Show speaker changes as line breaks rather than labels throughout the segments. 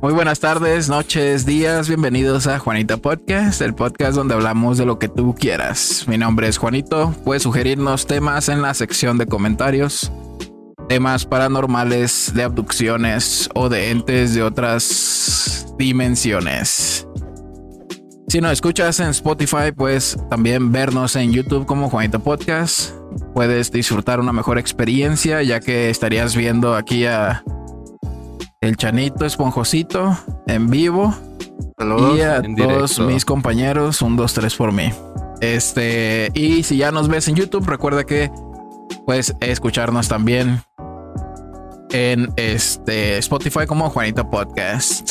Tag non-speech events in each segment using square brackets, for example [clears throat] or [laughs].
Muy buenas tardes, noches, días. Bienvenidos a Juanita Podcast, el podcast donde hablamos de lo que tú quieras. Mi nombre es Juanito. Puedes sugerirnos temas en la sección de comentarios. Temas paranormales, de abducciones o de entes de otras dimensiones. Si nos escuchas en Spotify, puedes también vernos en YouTube como Juanita Podcast. Puedes disfrutar una mejor experiencia, ya que estarías viendo aquí a el Chanito Esponjosito en vivo
Saludos.
y a
en
todos
directo.
mis compañeros, un, dos, tres por mí. Este, y si ya nos ves en YouTube, recuerda que puedes escucharnos también en este Spotify como Juanita Podcast.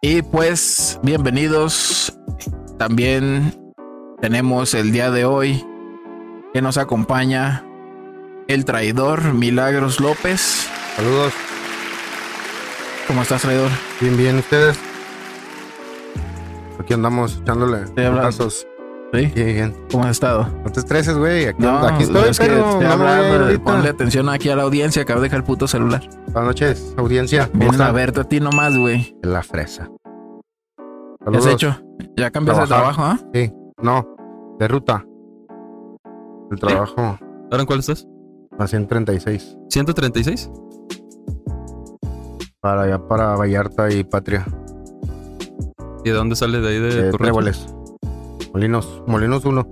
Y pues, bienvenidos. También tenemos el día de hoy que nos acompaña el traidor Milagros López.
Saludos.
¿Cómo estás, traidor?
Bien, bien, ustedes. Aquí andamos echándole
hablando.
pasos.
¿Sí?
Bien, bien.
¿Cómo has estado?
No te estreses, güey. Aquí, ando- aquí estoy,
es que
pero
estoy
no me voy a ir
hablando,
ahorita.
Ponle atención aquí a la audiencia, acabo de dejar el puto celular.
Buenas noches, audiencia. ¿Cómo
Vienen a
están?
verte a ti nomás, güey.
La fresa.
¿Qué has
Saludos.
hecho? Ya cambiaste de
Trabajar.
trabajo, ¿ah?
No, de ruta. El trabajo
¿Ahora en cuál estás?
a 136.
¿136?
Para allá, para Vallarta y Patria.
¿Y de dónde sale de ahí de
Eh,
tu rancho?
Tréboles. Molinos. Molinos 1.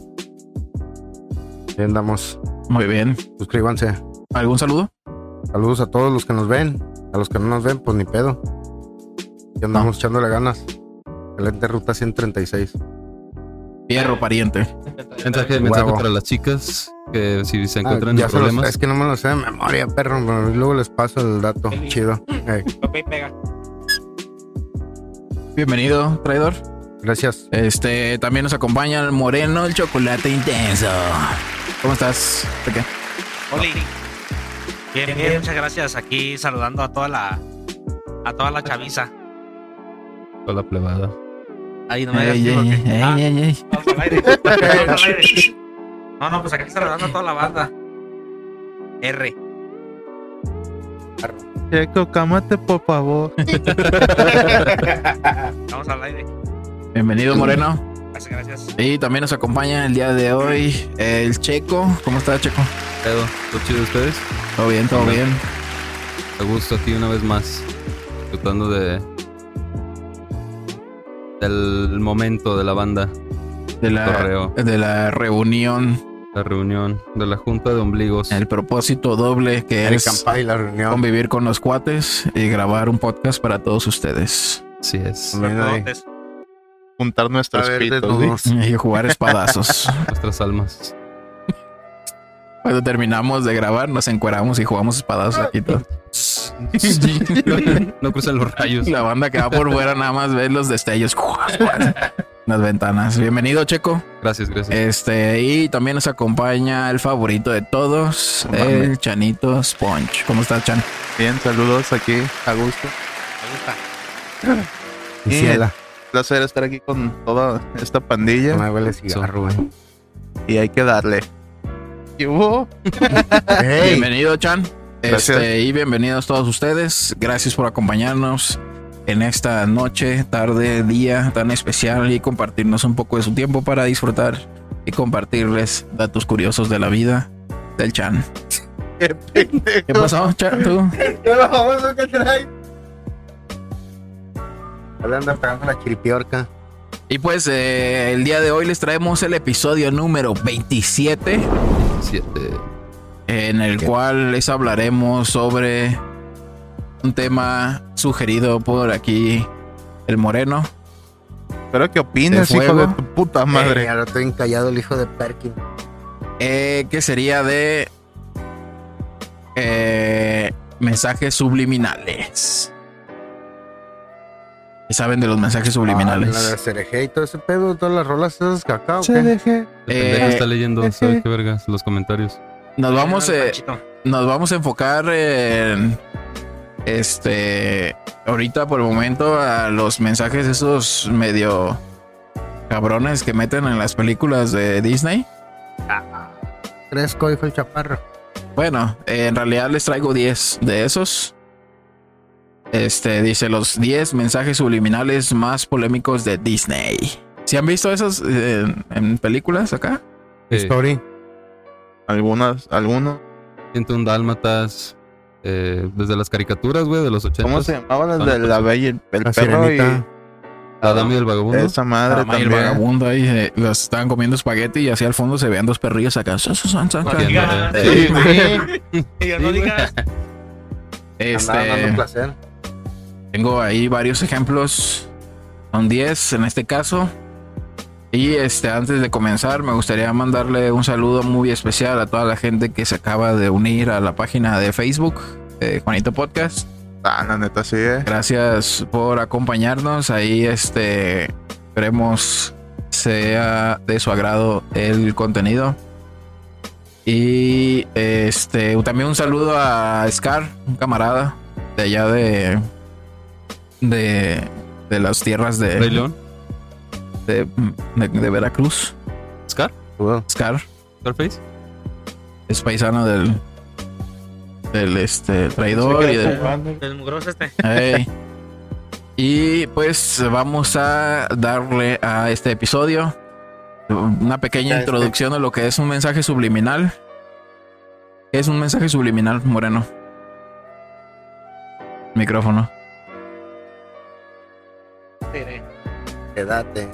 Ahí andamos.
ah? Muy bien.
Suscríbanse.
¿Algún saludo?
Saludos a todos los que nos ven. A los que no nos ven, pues ni pedo. Y andamos echándole ganas. Excelente ruta 136.
Fierro, pariente.
Mensaje,
Huevo.
mensaje para las chicas que si se encuentran
Ah, ya
en
se los-
problemas.
es que no me lo sé de memoria, perro. pero Luego les paso el dato. Chido. Eh,
Bienvenido, traidor.
gracias.
Este, también nos acompaña el moreno, el chocolate intenso. ¿Cómo estás? ¿De qué?
Oli. Bien, bien, muchas gracias. Aquí saludando a toda la a toda la chaviza.
Con la plebada.
Ahí no
Ey, ey,
porque-
ey,
Ah,
ey, ey.
vamos al
[laughs]
aire. Vamos al aire. No, no, pues aquí saludando a toda la banda. R.
Checo, cámate por favor.
Vamos al aire.
Bienvenido, moreno.
Gracias, gracias.
Y también nos acompaña el día de hoy el checo. ¿Cómo estás, checo?
Edo, ¿todo chido de ustedes?
Todo bien, todo
Hola.
bien.
A gusto aquí una vez más. Disfrutando de... Del momento de la banda.
De la,
Torreo.
de la reunión,
La reunión. De la junta de ombligos.
el propósito doble que
El
es
campa y la reunión.
convivir con los cuates y grabar un podcast para todos ustedes.
Así es.
Bien ahí.
Saludotes.
[laughs] Juntar
A
nuestros
ver, de
pitos.
todos.
Y jugar espadazos.
Nuestras almas.
Cuando terminamos de grabar, nos encueramos y jugamos espadazos aquí todos.
no cruzan los
[laughs]
rayos.
[laughs] La banda que va por fuera nada más ve los destellos. Las ventanas. Bienvenido, Checo.
Gracias, gracias.
Eh,
Este, y también nos acompaña el favorito de todos, el Chanito Sponge. ¿Cómo estás, Chan?
Bien, saludos aquí, a gusto.
Me gusta.
Y
Sí.
ciela.
Placer estar aquí con toda esta pandilla.
No me huele cigarro, güey.
Y hay que darle. ¿Qué hubo?
Ey,
Bienvenido, Chan.
Gracias.
Este, y bienvenidos todos ustedes. Gracias por acompañarnos en esta noche, tarde, día tan especial y compartirnos un poco de su tiempo para disfrutar y compartirles datos curiosos de la vida del Chan.
[laughs] ¿Qué
¿Qué pasó, Chan? ¿Tú?
vamos que trae? Le anda pegando la chiripiorca.
Y pues eh, el día de hoy les traemos el episodio número 27,
Siete.
en el
Ok.
cual les hablaremos sobre un tema sugerido por aquí el Moreno.
Espero que opines,
¿De
hijo
fuego?
de tu puta
Ey,
madre.
ahora estoy encallado el hijo de Perkin.
eh, que sería de eh, mensajes subliminales. ¿Qué saben de los mensajes
Ah, la de
subliminales?
Cereje y todo ese pedo, todas las rolas esas que acá, ¿o qué?
El pendejo
Eh,
está leyendo, ¿sabe qué vergas? Los comentarios.
Nos vamos,
Saludos,
eh,
Panchito.
nos vamos a enfocar en este ahorita por el momento a los mensajes esos medio cabrones que meten en las películas de Disney.
Fresco, hijo el chaparro.
Bueno, eh, en realidad les traigo 10 de esos. Este dice los 10 mensajes subliminales más polémicos de Disney. ¿Si han visto esos eh, en, en películas acá?
Sí,
Story.
Algunas, algunos.
101 Dálmatas. eh, desde las caricaturas, güey, de los 80.
¿Cómo se llamaban las de
Son-
la bella y el, el
La
perro y
sirenita.
La dama y el vagabundo.
esa madre
Mamá y el
también?
vagabundo ahí eh, los estaban comiendo espagueti y hacia el fondo se veían dos perrillos acá. Su, su, san, san,
Haciendo,
digas.
san.
eh,
Sí, güey.
Yo no
Sí, güey.
digas.
Andaban dando
Este,
placer.
tengo ahí varios ejemplos. Son 10 en este caso. Y este, antes de comenzar, me gustaría mandarle un saludo muy especial a toda la gente que se acaba de unir a la página de Facebook de Juanito Podcast.
Ah, la neta, sí, eh.
Gracias por acompañarnos. Ahí este esperemos sea de su agrado el contenido. Y este también un saludo a Scar, un camarada de allá de de, de las tierras
Rey
de,
León.
de, de- de Veracruz.
Scar.
Wow.
Scar
Scarface.
es paisano del del este traidor y del
[laughs] Del mugroso este.
Ey. Y pues vamos a darle a este episodio una pequeña
Ya, este.
introducción de lo que es un mensaje subliminal. ¿Qué es un mensaje subliminal, Moreno? Micrófono.
Quédate.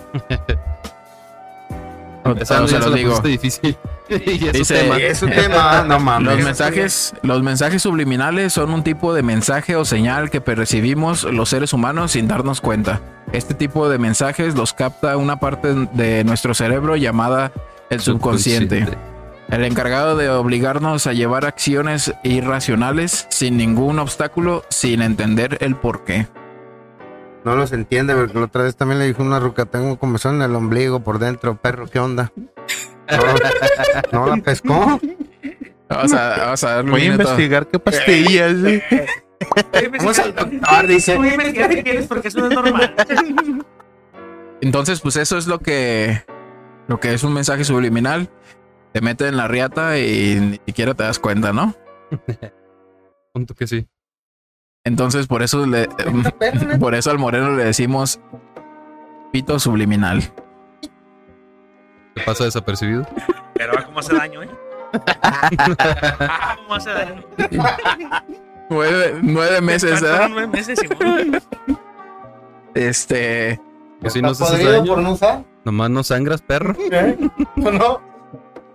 No,
Esa
no
ya
se los
la
digo.
pusiste difícil. [laughs] y es
Dice- eh,
un tema.
Sí,
Es un tema, no mames.
Los mensajes, los mensajes subliminales son un tipo de mensaje o señal que percibimos los seres humanos sin darnos cuenta. Este tipo de mensajes los capta una parte de nuestro cerebro llamada el subconsciente. El encargado de obligarnos a llevar acciones irracionales sin ningún obstáculo, sin entender el porqué.
No los entiende, porque la otra vez también le dijo una ruca, tengo comezón en el ombligo por dentro, perro, ¿qué onda? No, no la pescó.
Vamos
[laughs]
a, vamos a darle un
Voy a
minuto.
investigar qué pastillas. eh.
Vamos al doctor, dice.
Voy a investigar qué quieres porque eso no es normal.
[laughs] Entonces, pues eso es lo que, lo que es un mensaje subliminal. Te mete en la riata y ni siquiera te das cuenta, ¿no?
Punto que sí.
Entonces, por eso le, [laughs] por eso al Moreno le decimos pito subliminal.
Te pasa desapercibido.
[laughs]
Pero ah, cómo hace daño,
[laughs]
¿eh? Ah, cómo hace daño.
Nueve, nueve meses, ¿verdad?
Faltan nueve meses, Simón.
Este.
Pues si no se hace daño.
no usar?
Nomás no sangras, perro.
No, no.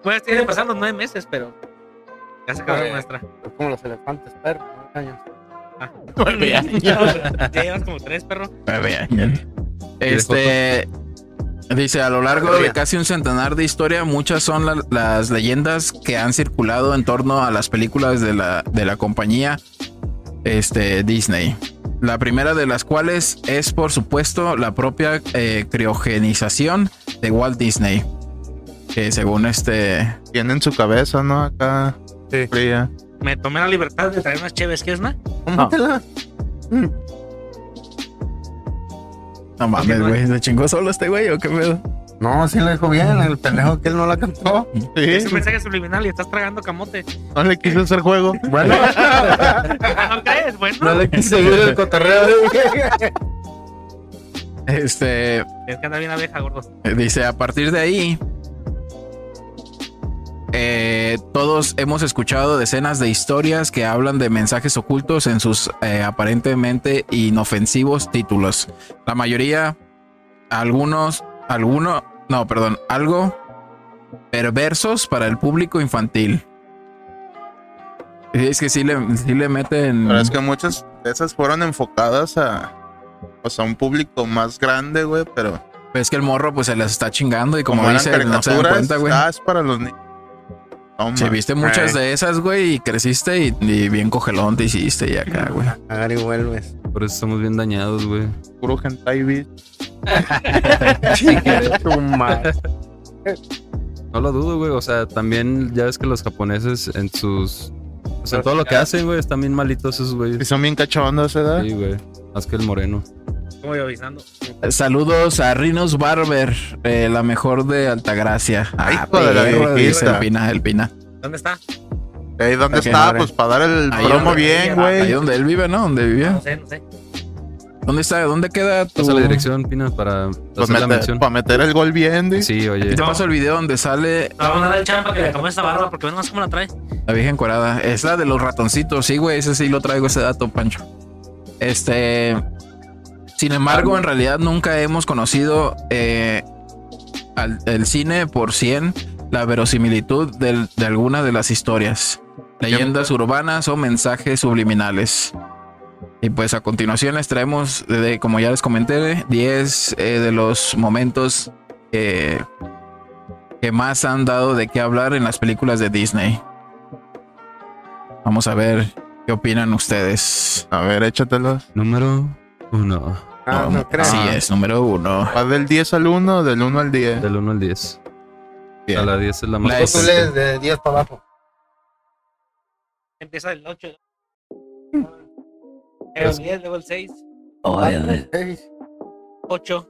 Pues tiene pasando nueve meses, pero. Ya se acabó
Oye.
[laughs] nuestra.
Es como los elefantes, perro. no engañas.
Nueve años. [laughs] Ya llevas como tres, perro.
Este. Dice, a lo largo de casi un centenar de historia, muchas son la- las leyendas que han circulado en torno a las películas de la, de la compañía este, Disney. La primera de las cuales es, por supuesto, la propia eh, criogenización de Walt Disney. Que según este...
Tienen su cabeza, ¿no? Acá.
Sí.
Fría.
Me tomé la libertad de traer unas cheves, ¿qué es, na?
Cómetela.
No mames, güey, ¿se chingó solo este güey o qué pedo?
No, sí lo dijo bien, el pendejo que él no la cantó.
Sí,
Es un mensaje subliminal y estás tragando [laughs] camote.
no le quise hacer juego.
Bueno,
Ah, ¿No crees?
no
Bueno.
le quise seguir el cotorreo.
Este...
Es que anda bien abeja, gordo.
Eh, Dice, a partir de ahí, eh, todos hemos escuchado decenas de historias que hablan de mensajes ocultos en sus eh, aparentemente inofensivos títulos. La mayoría, algunos, alguno, no, perdón, algo perversos para el público infantil. Y Es que sí le, sí le meten...
Pero es que muchas de esas fueron enfocadas a. Pues a un público más grande, güey, pero
Es que el morro pues se las está chingando y como,
eran
dice, no se dan
caricaturas,
cuenta, güey.
ah, es para los niños. Toma.
Si viste muchas
Ey.
de esas, güey, y creciste y, y bien cogelón te hiciste y acá, güey.
Agar y vuelves.
Por eso estamos bien dañados, güey.
Puro hentai, bitch.
Tu madre.
No lo dudo, güey. O sea, también ya ves que los japoneses en sus. O sea, en todo lo que hacen, güey, están bien malitos esos
Y
güeyes.
son bien cachondos, ¿eh? ¿verdad?
Sí, güey. Más que el moreno.
Como yo avisando.
Saludos a Rinos Barber, eh, la mejor de Altagracia. Ah,
Ay, hijo de la
perro,
viejita.
dice el Pina, el Pina.
¿Dónde está?
Ey, ¿Dónde
Ok,
está?
madre.
Pues para dar el
Ahí
promo
donde-
bien,
Ahí
güey.
donde él vive, ¿no? Donde vivía.
No sé, no sé.
¿Dónde está? ¿Dónde queda tu...?
Pasa la dirección, Pina, para
Pues
hacer la
meter-
mención.
Para meter el gol bien, güey.
Sí, oye.
Y te paso el video donde sale
Te voy a mandar el chamba que le acabó esta barba porque ven más cómo la trae.
la vieja encuerada. Es la de los ratoncitos, sí, güey. Ese sí lo traigo, ese dato, Pancho. Este... Sin embargo, en realidad nunca hemos conocido eh, al, el cine por 100 la verosimilitud del- de alguna de las historias, leyendas urbanas o mensajes subliminales. Y pues a continuación les traemos, de- de- como ya les comenté, 10 eh, de los momentos eh, que más han dado de qué hablar en las películas de Disney. Vamos a ver qué opinan ustedes.
A ver, échatelos.
Número uno.
Ah, no, creo.
Así es, número uno.
Va del 10 al 1 o del 1 al 10.
Del 1 al 10.
Bien.
A la 10 es la más
La
Tú
potente.
lees de 10 para abajo.
Empieza del Pues 8. Luego el 10, luego el 6, Oh,
Ey,
8.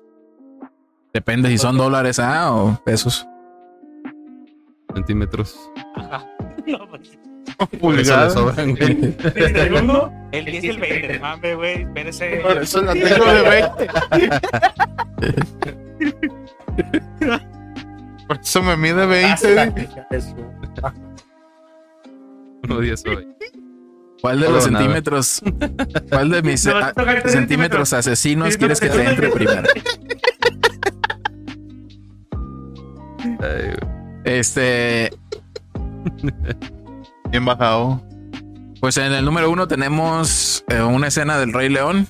Depende si son dólares ah, o pesos.
centímetros.
Ajá. [laughs] No, pues.
Por eso le
Pulgadas.
sobran, [laughs] güey.
¿Desde el 1? El 10 y el 20. Mame, güey. Espérese.
Por eso la tengo de 20. Por eso me mide 20. güey.
Uno, 10 hoy.
¿Cuál de
No,
los
nada.
centímetros?
[laughs]
¿Cuál de mis
No, toca
a-
tres
centímetros
centímetros.
asesinos
Sí,
quieres que
toca
te
tres
entre primero?
Ay, güey.
Este,
Bien bajado.
Pues en el número uno tenemos eh, una escena del Rey León.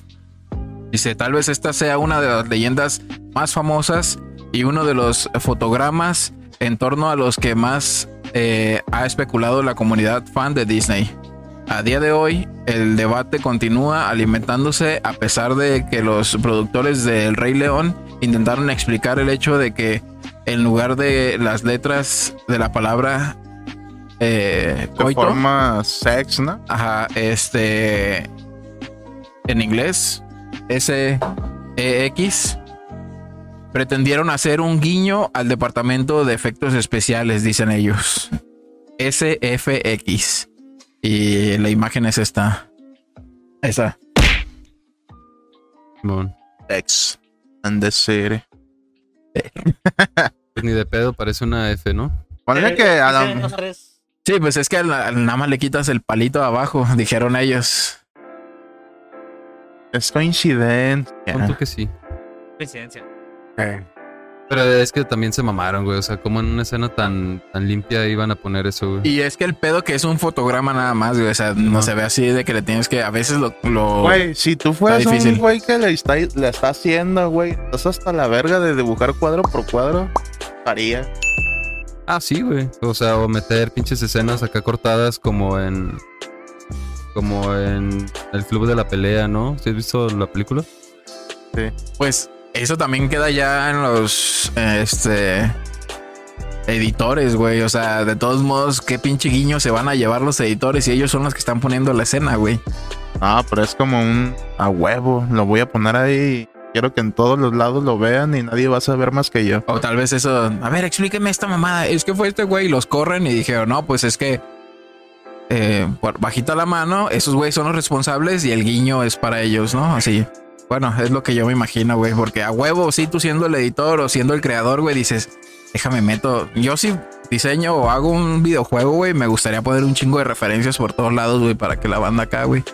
Dice, tal vez esta sea una de las leyendas más famosas y uno de los fotogramas en torno a los que más eh, ha especulado la comunidad fan de Disney. A día de hoy, el debate continúa alimentándose a pesar de que los productores del Rey León intentaron explicar el hecho de que en lugar de las letras de la palabra eh,
De
coito,
forma sex, ¿no?
Ajá, este. En inglés, S-E-X. Pretendieron hacer un guiño al departamento de efectos especiales, dicen ellos. SFX. Y la imagen es esta. Esa.
Simón.
Sex. And the city.
Pues ni de pedo, parece una F, ¿no?
Ponle que a la-
Unos Eh, tres.
Sí, pues es que al- al- nada más le quitas el palito de abajo, dijeron ellos.
es coincidencia.
Pon tú que sí.
Coincidencia.
eh,
Pero es que también se mamaron, güey. O sea, como en una escena tan, tan limpia iban a poner eso, güey.
Y es que el pedo que es un fotograma nada más, güey, O sea, no se ve así de que le tienes que. A veces lo. lo-
Güey, si tú fueras
Está
un
difícil.
güey que le está, le está haciendo, güey, estás hasta la verga de dibujar cuadro por cuadro, haría.
Ah, sí, güey. O sea, o meter pinches escenas acá cortadas como en. Como en el club de la pelea, ¿no? ¿Sí has visto la película?
Pues eso también queda ya en los eh, este editores, güey. O sea, de todos modos, qué pinche guiño se van a llevar los editores y ellos son los que están poniendo la escena, güey.
Ah, pero es como un a huevo, lo voy a poner ahí. Quiero que en todos los lados lo vean y nadie va a saber más que yo.
O tal vez eso, a ver, explíqueme esta mamada. Es que fue este güey y los corren y dijeron, no, pues es que eh, por- bajita la mano, esos güeyes son los responsables y el guiño es para ellos, ¿no? Así. Bueno, es lo que yo me imagino, güey, porque a huevo, sí, tú siendo el editor o siendo el creador, güey, dices, déjame meto. Yo si diseño o hago un videojuego, güey, me gustaría poner un chingo de referencias por todos lados, güey, para que la banda acá, güey.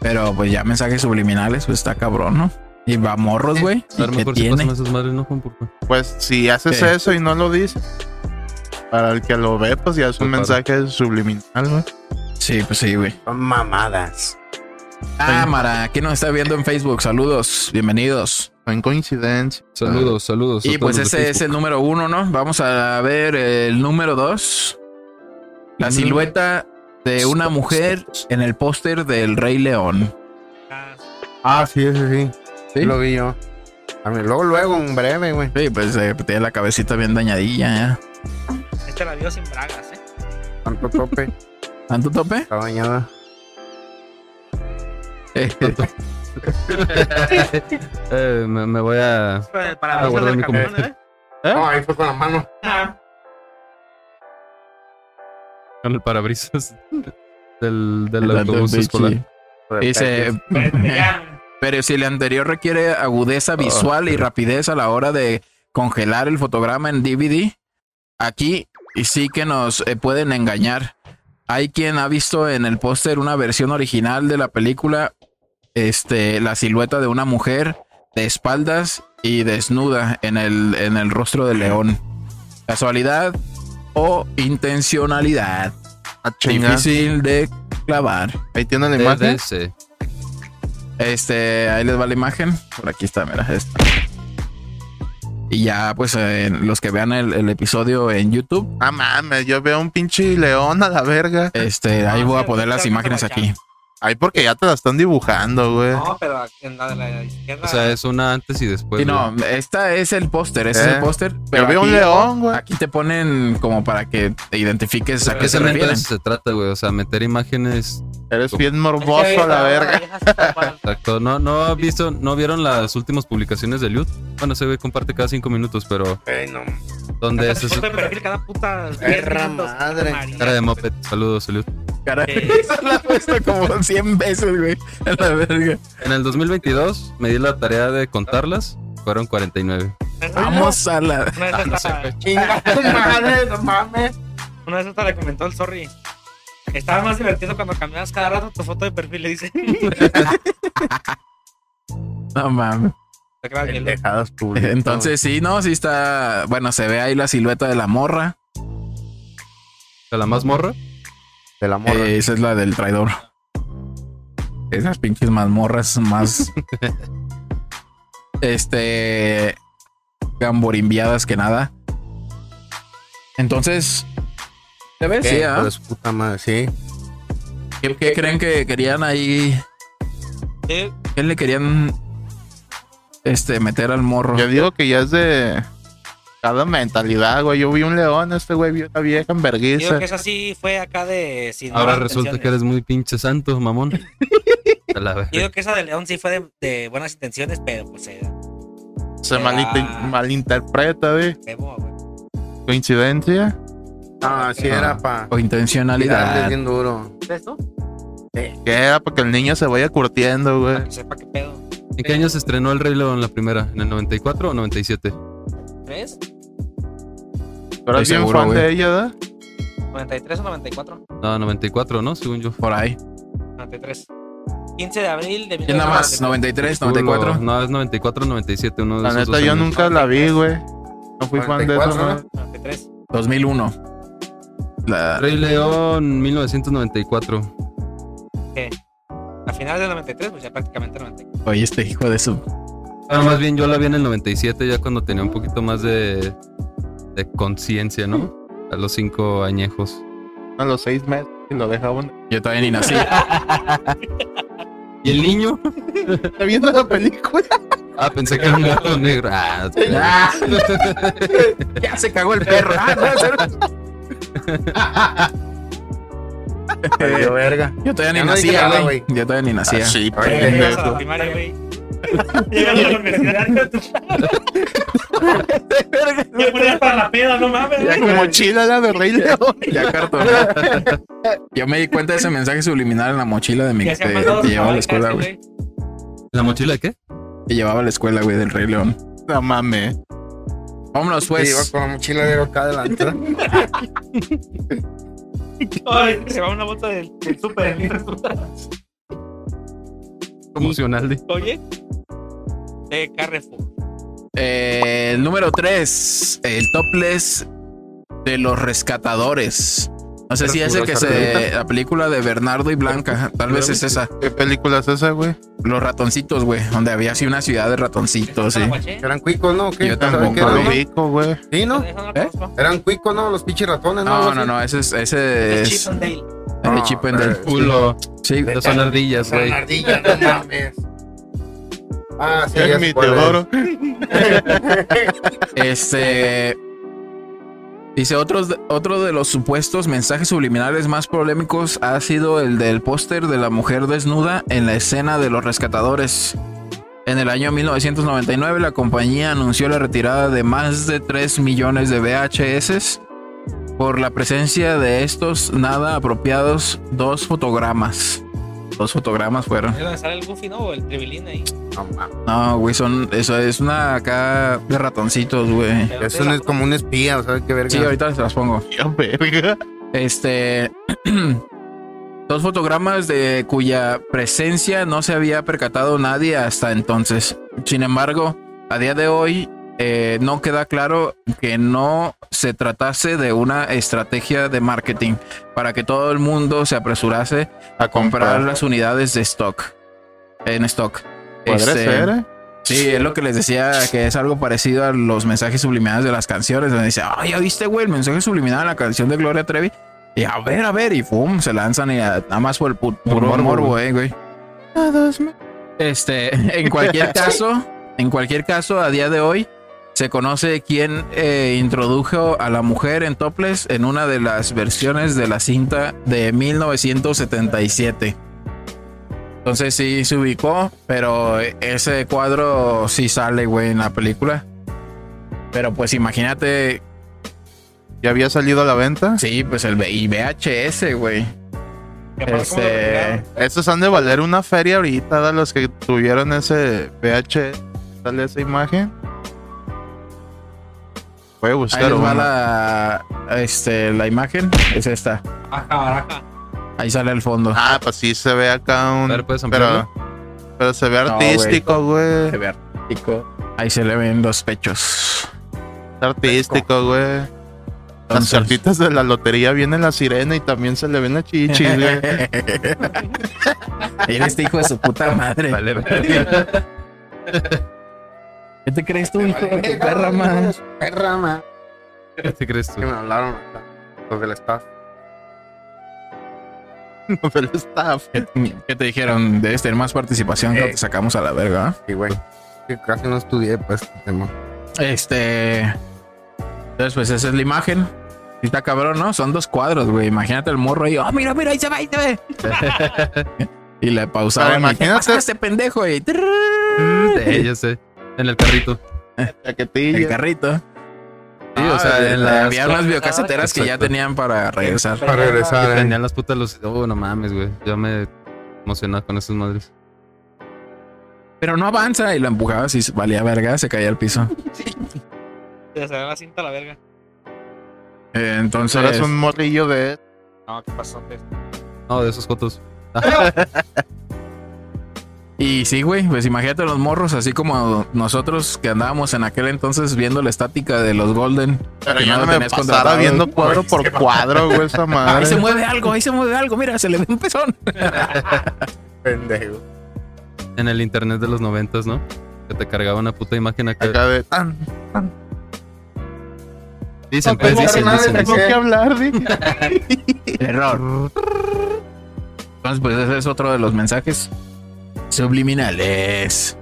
Pero pues ya mensajes subliminales, pues está cabrón, ¿no? Y va morros, güey.
A lo
¿y qué
mejor sí
tiene?
pasan esas madres, ¿no? Juan? Por-
Pues si haces
Sí.
eso y no lo dices, para el que lo ve, pues ya es un
Pues,
mensaje subliminal, güey.
Sí, pues sí, güey.
son mamadas.
Cámara, ¿quién nos está viendo en Facebook? Saludos, bienvenidos.
En coincidencia.
Saludos, saludos. a
Y
todos
pues
los de
ese es el
Facebook.
número uno, ¿no? Vamos a ver el número dos. La
Ujú.
silueta de una mujer en el póster del Rey León.
Ah,
Ah, sí, ese sí.
Sí,
Lo vi yo. A mí, luego, luego, en breve, güey.
Sí, pues eh, tiene la cabecita bien dañadilla. ¿eh? ¿ya?
Este la vio sin bragas, eh.
Tanto tope. [laughs]
¿Tanto tope?
Está bañada.
[laughs] Eh, me, me voy a.
Para
Ah,
para avisar
guarda
del ¿eh?
mi
camión,
¿Eh?
comentario.
eh.
No, ahí fue con la mano.
Ah,
con el parabrisas del, del
[laughs] El
autobús
Dante
escolar.
Bichi. Dice,
Eh.
pero si el anterior requiere agudeza visual y rapidez a la hora de congelar el fotograma en DVD, aquí sí que nos eh, pueden engañar. Hay quien ha visto en el póster una versión original de la película, este, la silueta de una mujer de espaldas y desnuda en el, en el rostro de león. Casualidad o intencionalidad.
Ah, chinga.
Difícil de clavar.
Ahí tiene la imagen.
DDC.
Este, ahí les va la imagen. Por aquí está, mira, esta. Y ya, pues, eh, los que vean el, el episodio en YouTube,
Ah, mames, yo veo un pinche león a la verga.
este, ahí voy a poner las imágenes aquí.
Ay, porque ya te la están dibujando, güey.
No, pero en la de la izquierda.
Eh. O sea, es una antes y después.
Y no,
güey.
esta es el póster, ese es
Pues, Eh,
el póster.
Yo
Pero
veo un
aquí, ah,
león, güey.
aquí te ponen como para que te identifiques a qué se
Precisamente de
refieren.
eso se trata, güey. O sea, meter imágenes.
Eres
tú.
bien morboso a la verga.
[laughs] Exacto. No, no has visto, no vieron las últimas publicaciones de Liut. Bueno, se ve comparte cada cinco minutos, pero
Ey, no.
donde es
Foto de perfil cada puta.
Perra madre.
cara de moped. Saludos, Liut.
Caray, [laughs] esa la he puesto como 100 veces, güey. A la verga.
En el 2022 me di la tarea de contarlas. Fueron 49.
Vamos a la.
Una
Ah,
de esas la-
Chinga tu madre, no mames.
una de esas te la comentó el sorry. Estaba más divertido cuando cambiabas cada rato tu foto de perfil, le dice. [laughs]
No mames.
Te creas, Milo.
Pendejadas públicas.
Entonces, sí, no, sí está. Bueno, se ve ahí la silueta de la morra.
¿De la más morra?
De la morra.
Eh, esa es la del traidor. Esas pinches mazmorras [laughs] más. este. gamborimbiadas que nada. Entonces. ¿Te ves?
¿Qué?
Sí, ¿ah?
hijo de su puta madre, sí.
¿Qué, qué creen que querían ahí?
Sí,
¿Qué le querían. este, meter al morro?
Yo digo que ya es de cada mentalidad, güey. Yo vi un león, este güey vio una vieja en
Digo
vergüenza.
que esa sí fue acá de. sin
Ahora
malas
resulta que
intenciones.
eres muy pinche santo, mamón. [laughs] A la verga.
Yo digo que esa de León sí fue de, de buenas intenciones, pero pues eh,
Se malinte- malinterpreta, güey.
huevo, güey.
Coincidencia.
Ah, sí
Ah.
era pa.
O
Tirarle
intencionalidad.
bien duro.
¿Esto?
Que era para que el niño se vaya curtiendo, güey.
Para que sepa qué pedo.
¿En qué año se estrenó El Rey León la primera? ¿En el 94 o 97?
¿Tres?
Pero eres
Estoy
bien
seguro,
fan
güey.
de ella, ¿verdad?
¿93 o 94?
No, 94, ¿no? Según yo.
Por ahí.
93. 15 de abril de
¿Quién nada más?
1994.
93, 94.
No, es 94, 97. Uno de
La
esos
neta,
dos
yo
años.
nunca la vi, güey. No fui fan de eso,
44,
¿no?
¿no?
93.
2001. La,
Rey León, 1994.
A finales del 93, pues ya prácticamente 94.
oye, este hijo de su.
Bueno, Ah, más bien yo la vi en el 97, ya cuando tenía un poquito más de, de conciencia, ¿no? A los cinco añejos.
A los seis meses y lo deja uno.
Yo todavía ni nací.
¿Y el niño?
[laughs] Está viendo la película.
Ah, pensé que era un gato negro. Ah,
Ah, [laughs] ya se cagó el perro. Ah, no,
Valió
cero.
verga.
Yo todavía ni
Ya no dije
nacía,
nada,
güey.
güey.
Yo todavía ni nacía.
Ah, Sí,
Oye,
Ya llegas a la
pendejo.
primaria, güey. [laughs] Llegas a la universidad. Te ponías para la peda, no mames.
Ya como mochila la de Rey León. [laughs]
Ya
[laughs]
cartoné. Yo me di cuenta de ese mensaje subliminal en la mochila de mi
Ya
que,
se han pasado
que
sus
llevaba a la
abejas,
escuela, güey.
güey.
¿La mochila de qué?
Que llevaba a la escuela, güey, del Rey León.
No mames.
Vámonos,
Sí, iba
pues.
con la mochila de acá adelante.
[laughs]
Ay, Se va una bota del del súper.
Promocional de.
[laughs] Oye. De Carrefour.
Eh, el número 3, el topless de los rescatadores. No sé si es el que se. La película de Bernardo y Blanca. Tal vez es esa.
¿Qué película es esa, güey?
Los ratoncitos, güey. Donde había así una ciudad de ratoncitos,
Ah,
sí.
¿Eh?
Eran cuicos, ¿no? ¿Qué?
Yo
¿Sabes
tampoco,
qué
No
era,
lo
güey.
no?
ubico, güey.
Sí, ¿no?
No,
Eran cuicos, ¿no? Los pinches ratones, ¿no?
No,
Algo
no,
así.
no, ese es, ese es el de
No,
Chip and Dale.
eh,
Culo.
Sí,
No son ardillas, güey.
Son ardillas,
[laughs]
no mames. Ah, sí, ya
Es mi
sé cuál es.
Teodoro.
este dice otros de- otro de los supuestos mensajes subliminales más polémicos ha sido el del póster de la mujer desnuda en la escena de los rescatadores. En el año 1999 la compañía anunció la retirada de más de 3 millones de VHS por la presencia de estos nada apropiados dos fotogramas. Dos fotogramas fueron.
Es donde sale el Goofy, ¿no? O el Tribilín ahí.
No mames.
No, güey, son, eso es una acá de ratoncitos, güey.
Pero
Eso no
de
es como un espía, o sea, qué verga.
Sí, ahorita se las pongo.
[laughs] Ya, verga.
Este. [clears throat] Dos fotogramas de cuya presencia no se había percatado nadie hasta entonces. Sin embargo, a día de hoy eh, no queda claro que no se tratase de una estrategia de marketing para que todo el mundo se apresurase
A
comprar
comprar.
las unidades de stock. En stock.
Podría
Este,
ser, ¿eh?
Sí, es lo que les decía, que es algo parecido a los mensajes subliminales de las canciones, donde dice, ah, ya viste, güey, el mensaje subliminal de la canción de Gloria Trevi. Y a ver, a ver, y pum, se lanzan y a- nada más por el pu- puro
morbo,
morbo, eh, güey. Este, [laughs] en cualquier caso, en cualquier caso, a día de hoy, se conoce quién eh, introdujo a la mujer en Topless en una de las versiones de la cinta de 1977. Entonces sí se ubicó, pero ese cuadro sí sale, güey, en la película. Pero pues imagínate,
¿Ya había salido a la venta?
sí, pues el V- y VHS, güey.
Que aparte como lo
Este,
retiraron.
Estos han de valer una feria ahorita de los que tuvieron ese VH. Sale esa imagen. Voy a
ahí
buscar
les va
una.
la, este, la imagen, es esta.
Ajá, baraja.
Ahí sale el fondo.
Ah, pues sí se ve acá un.
A ver, ¿puedes
pero,
ampliarlo?
pero se ve
No,
artístico, güey.
Se ve artístico. Ahí se le ven los pechos.
Está artístico, güey. Las
Entonces-
cartitas de la lotería vienen la sirena y también se le ven la
[laughs]
chichi, güey. [laughs]
Eres este hijo de su puta madre.
Vale, verga.
¿Qué te crees tú, hijo de tu
Verga,
perra, man?
[laughs] Perra, man.
¿Qué crees tú?
Que me hablaron acá, los del staff.
No, pero está.
¿Qué te dijeron? Debes tener más participación que no te sacamos a la verga. ¿eh?
Y güey, que casi no estudié, pues, este tema.
Este. Entonces, pues esa es la imagen. Y está cabrón, ¿no? Son dos cuadros, güey. Imagínate el morro ahí. ¡Oh, mira, mira! Ahí se ve, ahí se ve. [laughs] y le pausaban.
Pero
y, "¿Qué
imagínate-
pasó este pendejo. [laughs] Y
Sí, ya sé. En el carrito.
el
Chaquetilla.
carrito.
Sí, o
Ah,
sea, en
la-
las-
había unas biocaseteras que ya
Exacto.
tenían para regresar.
Para regresar, eh.
Tenían las putas los. Oh, no mames, güey. Yo me emocionaba con esas madres.
Pero no avanza y lo empujabas y valía verga, se caía al piso.
Se salió la cinta a la verga.
Eh, entonces,
Ahora es un morrillo de.
No, ¿qué pasó? pues?
No, de esos fotos.
y sí, güey, pues imagínate los morros, así como nosotros que andábamos en aquel entonces viendo la estática de los Golden.
Pero
Que
yo
no
no
lo
me
tenías
pasara
contratado. [laughs]
viendo cuadro por cuadro, güey, esa
Ahí se
madre.
mueve algo, ahí se mueve algo, mira, se le ve un pezón.
Pendejo.
En el internet de los noventas, ¿no? Que te cargaba una puta imagen acá.
Acá de. tan,
Dicen,
No
pues,
tengo
dicen,
nada
dicen.
de
Tengo
Sí.
que hablar, dije.
[laughs] [laughs] Error. Entonces, pues ese es otro de los mensajes subliminales,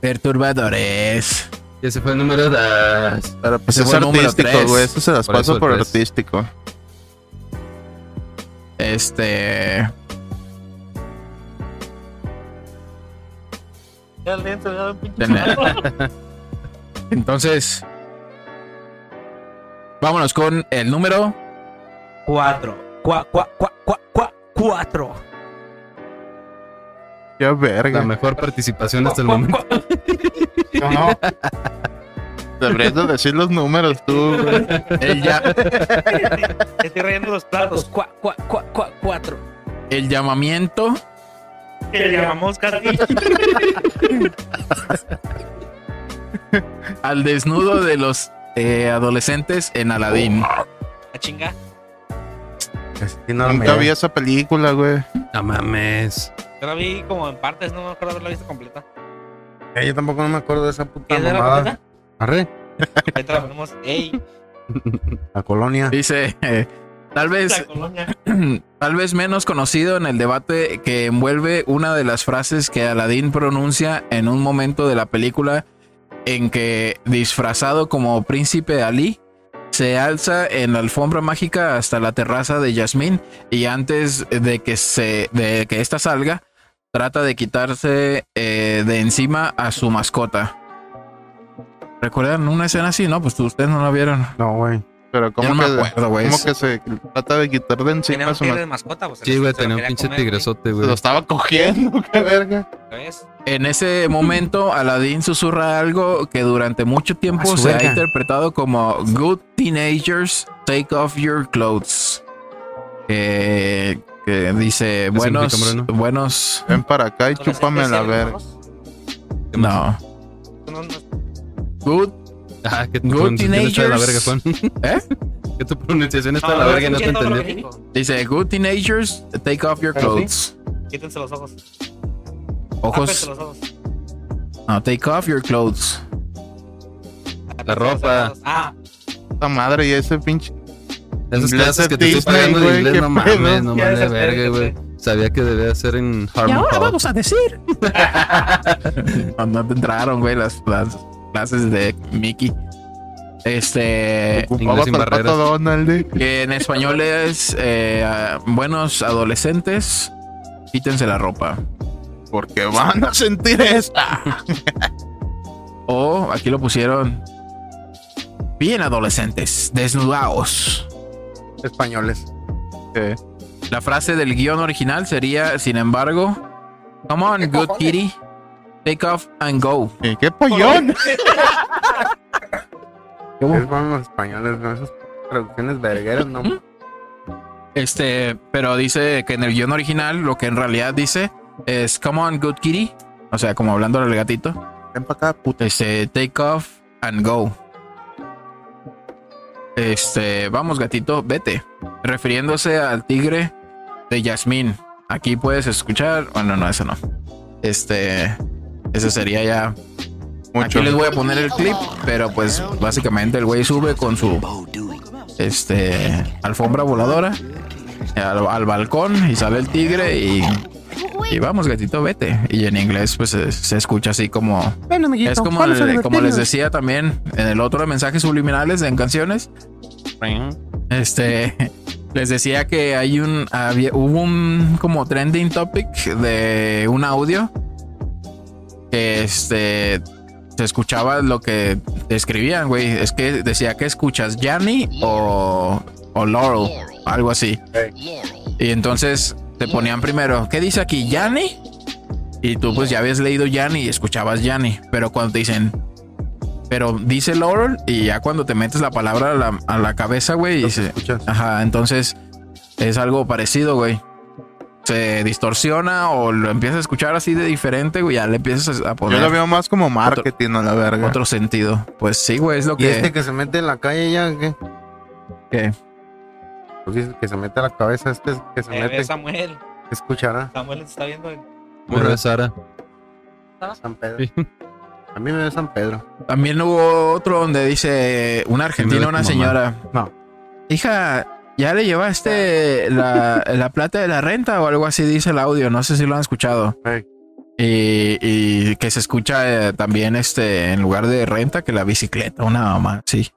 perturbadores.
Y ese fue el número dos.
Pero pues
Ese
es
fue el número
artístico,
tres.
güey. Eso se las
Por eso
paso
el
por
tres.
artístico.
Este,
Ya el lento, ya un pinche.
Tener. Entonces, vámonos con el número.
Cuatro. Cua, cua, cua, cua, cua, cuatro.
Ya
La
verga.
mejor participación hasta el momento.
No, no.
Deberías de decir los números tú, güey.
Él ya-
Estoy rayando los platos. Cua, cua, cua, cua, cuatro.
el llamamiento,
Que le llamamos casi.
al desnudo de los eh, adolescentes en Aladín.
A chinga.
Así no me-
Nunca vi esa película, güey.
No mames.
Yo la vi como en partes, no me acuerdo haberla visto completa.
Eh, Yo tampoco no me acuerdo de esa puta
¿Quién era
mamada.
completa?
Arre,
Ahí te la ponemos. Ey,
la colonia.
Dice, eh, tal
la
vez,
colonia.
[clears throat] tal vez menos conocido en el debate que envuelve una de las frases que Aladín pronuncia en un momento de la película en que, disfrazado como príncipe Ali, se alza en la alfombra mágica hasta la terraza de Yasmín y antes de que se de que esta salga trata de quitarse eh, de encima a su mascota. ¿Recuerdan una escena así? No, pues tú- ustedes no la vieron.
No, güey.
Pero como
Yo no
que,
me acuerdo, pues. güey,
como
eso.
que se trata de quitar de
Tenía
encima
un
su
tigre
ma-
de mascota, pues. se
Sí,
lo-
güey,
se lo
tenía un
quería
pinche
comer, güey.
tigresote,
Se
güey.
lo estaba cogiendo, [laughs] qué verga.
¿Ves?
En ese momento, Aladdin susurra algo que durante mucho tiempo
A su
se ha
verga.
interpretado como Good teenagers, take off your clothes. Que, que dice, buenos,
significa, Bruno?
buenos...
Ven para acá y
Con las
chúpame la
especias,
verga.
¿Qué más?
No.
No, no,
Good...
Ah, que tu
Good
pronunciación está de la verga,
teenagers.
Juan.
¿Eh?
[laughs] Que tu pronunciación está
No,
de la
Ah,
no,
verga y no te
escuché todo Ah, lo que
entendí.
dijo.
Dice, good teenagers, take off your
Pero sí.
clothes.
Quítense los ojos. Tápense
Ojos,
los ojos.
no, take off your clothes.
La ropa.
Ah,
Esta madre y ese pinche.
Esas
Inglés
clases
de
que te estoy
Disney,
pagando de
güey,
inglés,
qué
no
pedo.
mames, no
Ya
mames, de
desespérate,
verga, güey. Sabía que debía ser en Harmon Hall.
a decir. [laughs] no, no te entraron, güey, las, las clases de Mickey. Este.
Ocupaba
sin
para el
barreras.
pato Donald. eh.
Que en español es eh, ah, buenos adolescentes, quítense la ropa.
Porque van a sentir esta.
O aquí lo pusieron. Bien adolescentes, desnudados.
Españoles.
La frase del guión original sería, sin embargo, Come on, good kitty, take off and go.
Eh, ¡Qué pollón!
Es bueno los españoles, ¿no? Esas traducciones vergueras, ¿no?
Este, pero dice que en el guión original lo que en realidad dice es Come on, good kitty. O sea, como hablando al gatito.
Ven para acá, puta.
Este, take off and go. Este, vamos gatito, vete. Refiriéndose al tigre de Yasmín. Aquí puedes escuchar. Bueno, no, eso no. Este, ese sería ya.
Mucho.
Aquí les voy a poner el clip, pero pues básicamente el güey sube con su este alfombra voladora al, al balcón y sale el tigre y, y vamos gatito vete y en inglés pues se, se escucha así como es como, el- como les decía también en el otro de mensajes subliminales en canciones este les decía que hay un había- hubo un como trending topic de un audio que este se escuchaba lo que escribían, güey. Es que decía que escuchas Yanni o, o Laurel, algo así. Y entonces te ponían primero, ¿qué dice aquí? ¿Yanni? Y tú pues ya habías leído Yanni y escuchabas Yanni. Pero cuando te dicen, pero dice Laurel y ya cuando te metes la palabra a la, a la cabeza, güey,
Lo que
dice,
escuchas.
Ajá, entonces es algo parecido, güey. Se distorsiona o lo empiezas a escuchar así de diferente, güey. Ya le empiezas a
Yo
poner
lo veo más como marketing a la verga.
otro sentido. Pues sí, güey, es lo
¿Y
que.
este que se mete en la calle ya qué?
¿Qué?
Pues dice que se mete a la cabeza, este es que se
eh,
mete,
ve Samuel.
¿qué escuchará?
Samuel está viendo. el-
Me ve Sara.
San Pedro.
Sí.
A mí me ve San Pedro.
También hubo otro donde dice una
Sí, me
argentina,
da
una
tu
señora.
No.
Hija, ¿ya le llevaste la, la plata de la renta o algo así? Dice el audio. No sé si lo han escuchado.
Ey.
Y, y que se escucha eh, también este en lugar de renta que la bicicleta, una mamá, sí.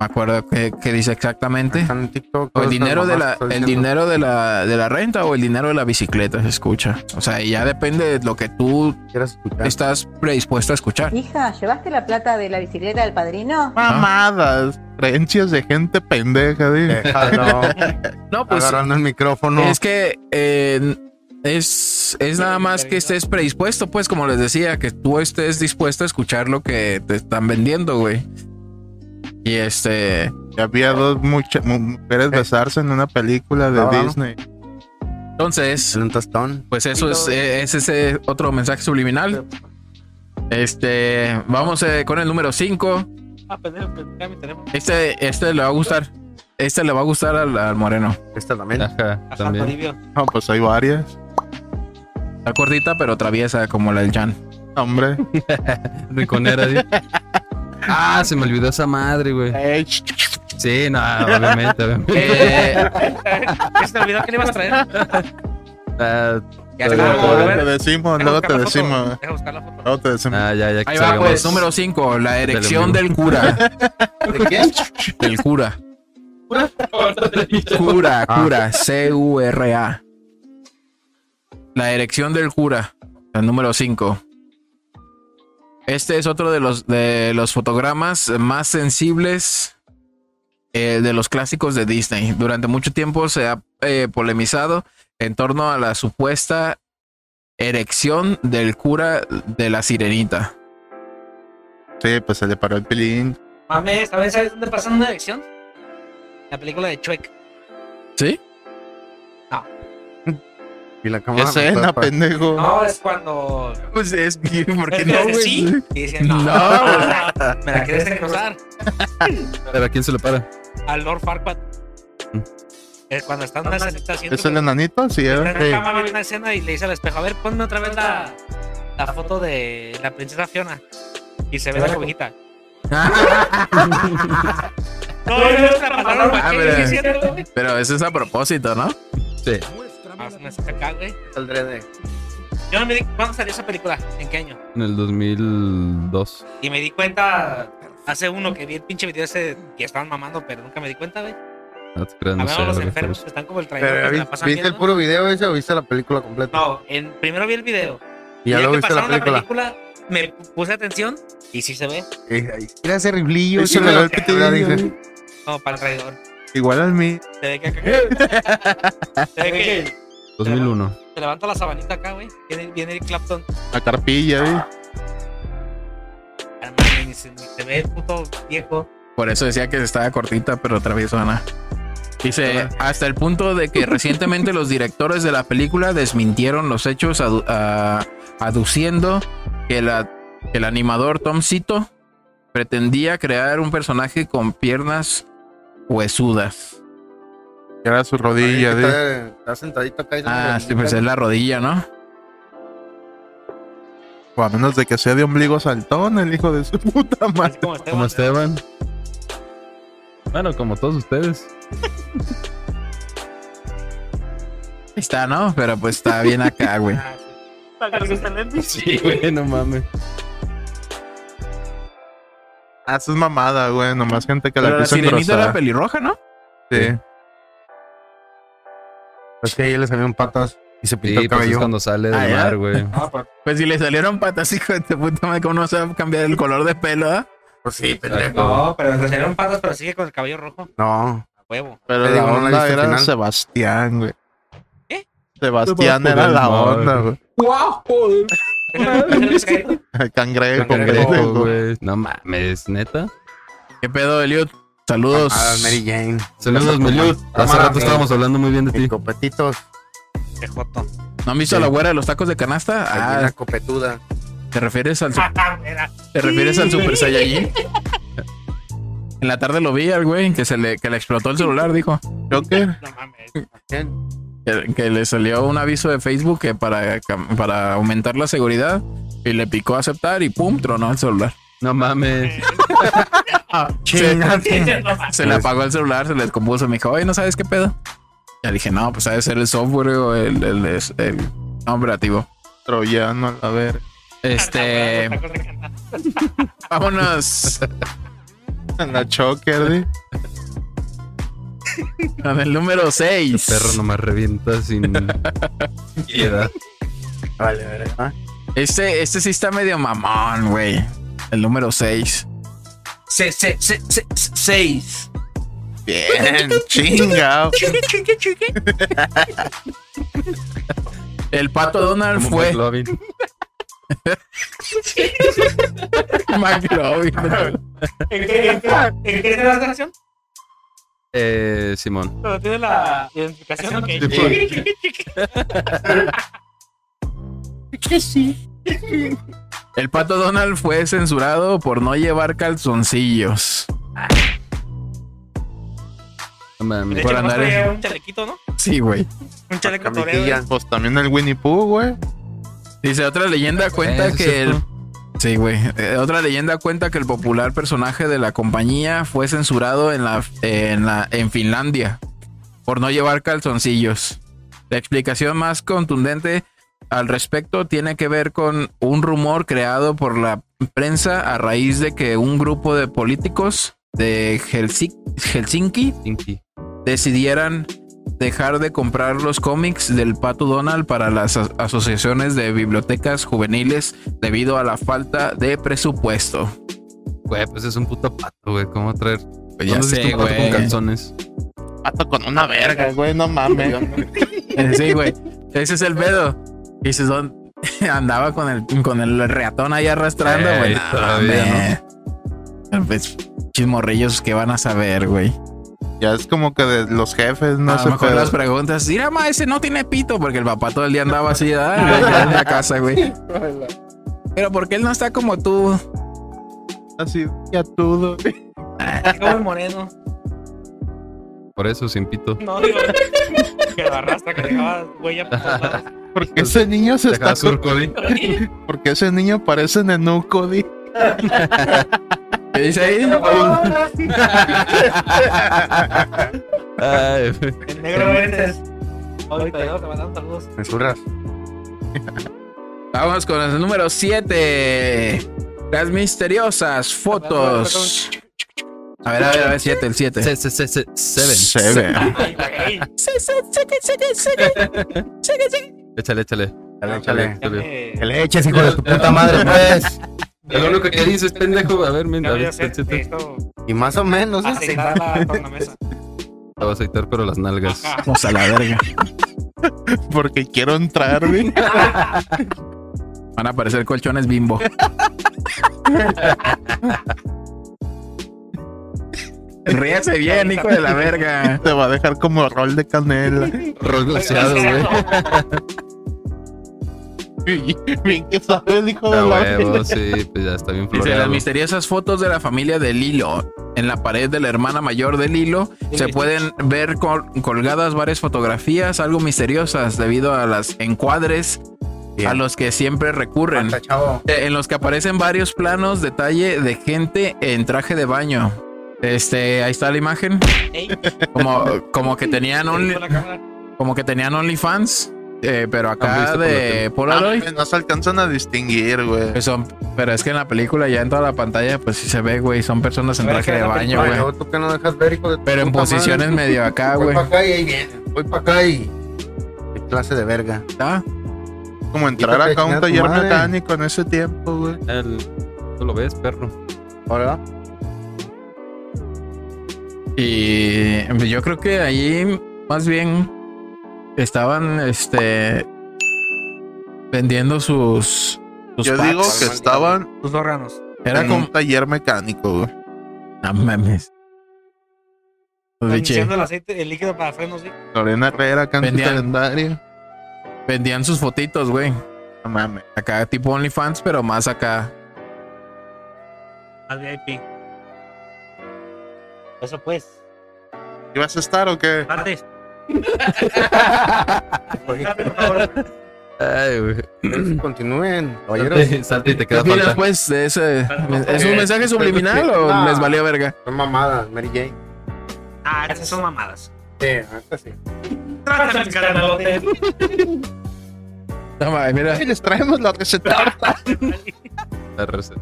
Me acuerdo que, que dice exactamente.
Están en TikTok,
O el
todas esas
dinero de
mamás que
la,
estoy
el
diciendo.
dinero de la, de la renta o el dinero de la bicicleta se escucha. O sea, y ya depende de lo que tú
Quieres escuchar.
estás predispuesto a escuchar.
Hija, ¿llevaste la plata de la bicicleta del padrino?
Mamadas. Creencias de gente pendeja,
Eh.
dije.
Déjalo, [laughs]
No, pues
agarrando el micrófono.
Es que eh, es, es nada más que estés predispuesto, pues, como les decía, que tú estés dispuesto a escuchar lo que te están vendiendo, güey. Y este,
Y había dos mucha- mu- mujeres besarse en una película de
Ah, bueno.
Disney.
entonces,
Dale un tostón.
pues eso es, eh, es ese otro mensaje subliminal. Este, vamos eh, con el número 5.
Ah, pendejo, pendejo, ya me tenemos.
Este, este le va a gustar. Este le va a gustar al, al moreno.
Esta también.
Ajá,
Ajá,
también.
Toribio. [laughs]
No, pues hay varias.
Está cortita, pero traviesa, como la del Jan.
[laughs]
Hombre.
Rinconera, di. Ah, se me olvidó esa madre, güey.
Eh, ch- ch- ch-
Sí, no, obviamente, obviamente.
[laughs] Eh,
¿Qué se te olvidó que le ibas a traer?
Ah,
Ya
Pero
está,
luego-
a
Luego te
ver,
decimos,
deja
luego
buscar
te
la foto,
decimos.
Deja buscar la foto.
Luego te decimos.
ah, ya, ya que
ahí va,
salgamos.
pues, número 5, la erección
del
del cura.
¿De quién?
El cura. Cura,
Ah.
cura, C-U-R-A. La erección del cura, el número 5. Este es otro de los, de los fotogramas más sensibles eh, de los clásicos de Disney. Durante mucho tiempo se ha eh, polemizado en torno a la supuesta erección del cura de la sirenita.
Sí, pues se le paró el pilín.
Mames, ¿también sabes dónde pasa una elección? La película de Chueca.
¿Sí?
Y la cámara.
¿Qué cena,
está-
pendejo?
No, es cuando.
Pues es que, ¿por [laughs]
[laughs]
qué no,
Dice
güey?
sí. Y dice, [laughs] no. Me la
[laughs]
quieres descruzar.
Pero ¿a quién se le para?
Al Lord Farquaad. Eh, Cuando está en una escena, está haciendo.
¿Es el enanito? Sí,
Está
eh.
en la cama, ve una escena y le dice al espejo: A ver, ponme otra vez la, la foto de la princesa Fiona. Y se ve la cobijita. No, no, no, la pasaron
Ah,
¿qué
mira.
estoy diciendo, güey?
Pero eso es a propósito, ¿no?
Sí.
Ah, se me saca acá, güey.
Saldré de-
Yo no me di cuándo salió esa película, en qué año.
En el 2002.
Y me di cuenta hace uno que vi el pinche video ese que estaban mamando, pero nunca me di cuenta, güey.
No te creas,
A
no
ver,
sé.
los
güey,
enfermos que están como el traidor
Pero,
que se
¿vi-
la pasan
¿Viste el
viendo.
puro video ese o viste la película completa?
No, en, primero vi el video.
y ya
lo
luego
que
viste la
pasaron la
película.
película, me puse atención y sí se ve.
Eh, ahí. Mira ese riblillo.
Sí, se
ese
le
de-
ve el pitillo.
Ahora dice,
No, para el traidor.
Igual al mí.
Se ve que acá. se ve que
2001.
se levanta la sabanita acá, güey. Viene, viene el Clapton.
La carpilla, ¿eh?
Ah, mames, ni se, ni se ve el puto viejo.
Por eso decía que estaba cortita, pero traviesona. Dice, hasta el punto de que recientemente los directores de la película desmintieron los hechos adu- a- aduciendo que la- que el animador Tom Cito pretendía crear un personaje con piernas huesudas.
Era su rodilla,
ahí
¿eh?
está, está sentadito acá. y se
Ah,
le-
sí, pues es la rodilla, ¿no?
O a menos de que sea de ombligo saltón, el hijo de su [laughs] puta
Así
madre.
como Esteban.
Como Esteban. Bueno, como todos ustedes.
Ahí Está, ¿no? Pero pues está bien acá, güey.
Ah, sí. Para que se le-
Sí, güey, [laughs] no mames.
Ah, eso es mamada, güey. Nomás gente que
Pero
la
la
quiso
sirenita era
engrosar.
pelirroja, ¿no?
Sí.
Pues que ahí le salieron patas y se pintó
Sí,
el
pues es
cabello.
cuando sale
Ah,
del
¿ya?
mar, güey.
Pues si le salieron patas, [laughs] hijo de tu puta madre, ¿cómo no se va a cambiar el color de pelo, ah?
Pues sí, pendejo.
Exacto.
No, pero se salieron patas, pero sigue con el cabello rojo.
No.
A huevo.
Pero
Te
la
digo, no la
onda
viste
era
final.
Sebastián, güey.
¿Qué?
Sebastián era la
Madre.
onda, güey. [laughs] El Cangrejo,
Cangrejo,
pendejo, güey.
güey. No mames, neta.
¿Qué pedo, Eliot? Saludos.
Ah, Mary Jane.
Saludos, Meliud. Hace rato estábamos hablando muy bien de
Y
ti.
copetitos.
Qué joto.
¿No han visto a la güera de los tacos de canasta?
Ahí
Ah,
una copetuda.
¿te refieres al, su-
Ah, mira.
¿te refieres al Super Saiyajin? En la tarde lo vi al güey que se le, que le explotó el celular, dijo.
Joker.
No mames.
¿Quién?
Que, que le salió un aviso de Facebook que para, cam- para aumentar la seguridad y le picó a aceptar y pum, tronó el celular.
No mames.
Se,
No mames.
se le
Pues
apagó el celular, se le descompuso. Me dijo, oye, ¿no sabes qué pedo? Ya dije, no, pues sabe ser el software o el, el, el, el operativo.
Troyano, a ver.
Este, [laughs] vámonos.
La Choker, ¿eh?
Con el número 6.
Perro nomás revienta sin piedad.
Vale, vale. Ah,
Este, este sí está medio mamón, güey. El número 6.
Se, se, se, se, se- seis.
[laughs] Bien, chingado.
El pato Donald
Como
fue
McLovin.
[laughs] McLovin.
¿En qué, en qué, en qué está la canción?
Eh, Simón. pues,
¿Pero tiene la identificación? o qué?
El pato Donald fue censurado por no llevar calzoncillos.
No
De
mames.
hecho,
Por
nomás
andar
traía un chalequito, ¿no?
Sí, güey.
Un chaleco
camiquilla.
torero.
Pues también el Winnie Pooh, güey.
Dice otra leyenda cuenta
Eh, sí,
que el
cierto.
Sí, güey. Eh, otra leyenda cuenta que el popular personaje de la compañía fue censurado en la, en la en Finlandia por no llevar calzoncillos. La explicación más contundente al respecto tiene que ver con un rumor creado por la prensa a raíz de que un grupo de políticos de Helsi- Helsinki
Tinky.
decidieran dejar de comprar los cómics del Pato Donald para las as- asociaciones de bibliotecas juveniles debido a la falta de presupuesto.
Güey, pues es un puto pato, güey. ¿Cómo traer
Pues ya sé,
pato con
güey.
calzones?
Pato con una verga, güey, no mames.
[laughs] Sí, güey. Ese es el pedo. Dices, ¿dónde? [laughs] andaba con el, con el reatón ahí arrastrando,
Eh,
güey. No,
todavía,
hombre. Pues, chismorrillos que van a saber, güey.
[laughs] Ya es como que de los jefes, no
a
sé.
lo mejor
pero-
las preguntas, mira, ma, ese no tiene pito, porque el papá todo el día andaba así, ah, allá en la casa, güey. Pero porque él no está como tú.
Así, ya todo.
Como el moreno.
Por eso, sin pito.
No, digo. Que lo arrastra, que dejaba huella por todos [laughs] lados.
Porque ese niño se está.
Dejaba surco, di.
Porque ese niño parece nenuco, di.
¿Qué dice ahí?
Ay, güey.
El negro vences. Hoy pedido, te mandan saludos.
Censuras.
Vamos con el número 7. Las misteriosas fotos. A ver, a ver, a ver, 7, el 7.
Se- se- se- se- Seven.
Se ve.
Ay, güey.
Échale, échale.
Échale, échale.
Ya
échale.
me-
Que le eches, hijo de tu puta madre,
[laughs]
pues.
Es lo único que dices, pendejo. A ver, men,
Ya
a
voy a
ver,
hacer
échate.
esto.
Y más o
Pues
menos, ¿eh? así.
Aceitar la tornamesa.
Te vas a editar, pero las [laughs] nalgas.
Ajá.
Vamos a la verga.
Porque quiero entrar, [laughs] di.
Van a aparecer colchones bimbo. Ríase bien, hijo de la verga.
Te va a dejar como rol de canela.
Rol
[laughs]
glaseado, güey.
Bien que sabe el hijo de
A
la
Ah, huevo, sí, pues ya está bien
Dice, las
floreado.
misteriosas fotos de la familia de Lilo. En la pared de la hermana mayor de Lilo se pueden ver col- colgadas varias fotografías algo misteriosas debido a las encuadres
Bien.
a los que siempre recurren.
Hasta, chavo.
Eh, en los que aparecen varios planos detalle de gente en traje de baño. Este, ahí está la imagen.
Ey,
Como, como que tenían
con
only,
la cámara.
como que tenían OnlyFans, eh, pero acá
visto
de
Ah,
Polaroid.
güey, no se alcanzan a distinguir, güey.
Pues son- pero es que en la película ya en toda la pantalla, pues sí se ve, güey, son personas en
A ver,
traje
¿qué
de
es la
baño,
Ay,
güey.
luego tú que no dejas ver, hijo de tu
Pero en
puta madre.
posiciones medio [laughs] acá,
Voy
güey.
para acá y ahí viene. Voy para acá y. Qué clase de verga.
Ah,
Como entrar
Quítate,
acá a un
chinga tu
taller
madre.
mecánico en ese tiempo, güey.
El- ¿Tú lo ves, perro?
Ahora.
Y pues, yo creo que ahí más bien estaban este vendiendo sus, sus
Yo
packs.
digo que estaban
Tus órganos.
era
en
como
un taller mecánico, güey.
No mames. Pues, biche,
Echando el aceite, el líquido para frenos, sí.
Lorena Herrera acá en su
Vendían.
calendario.
vendían sus fotitos, güey.
No mames.
Acá tipo OnlyFans, pero más acá.
Al VIP. Eso pues.
¿Ibas a estar o qué?
Parte.
Ay, güey.
Continúen. Caballeros,
Salte, [laughs] salte y te
¿Qué
queda
opinas,
falta.
pues, de ese? ¿Es un
Eh,
mensaje subliminal
sí.
o
Ah.
les valió verga?
son mamadas, Mary Jane.
Ah, esas son mamadas.
Sí, ahorita sí.
Trata mis carnalotes.
No mames, mira.
Ay, les traemos la receta.
La receta.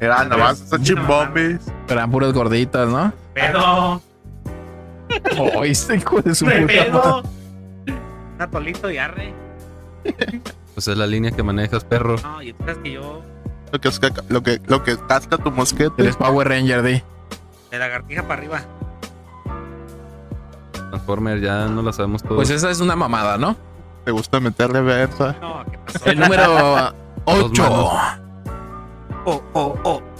Era nomás
Este,
son chimbombis.
Eran puras gorditas,
[laughs]
¿no?
Pedo.
Oh, este hijo de su puta madre.
Pedo. Un atolito y arre.
Pues es la línea que manejas, perro.
No, y tú sabes que yo.
Lo que, es que- lo que, lo que casca tu mosquete.
Eres Power Ranger, di.
De lagartija para arriba.
Transformer, ya no la sabemos todos.
Pues esa es una mamada, ¿no?
Te gusta meterle versa.
No, ¿qué pasó?
El número
[laughs] Dos
8.
manos.
Oh, oh, oh. [laughs]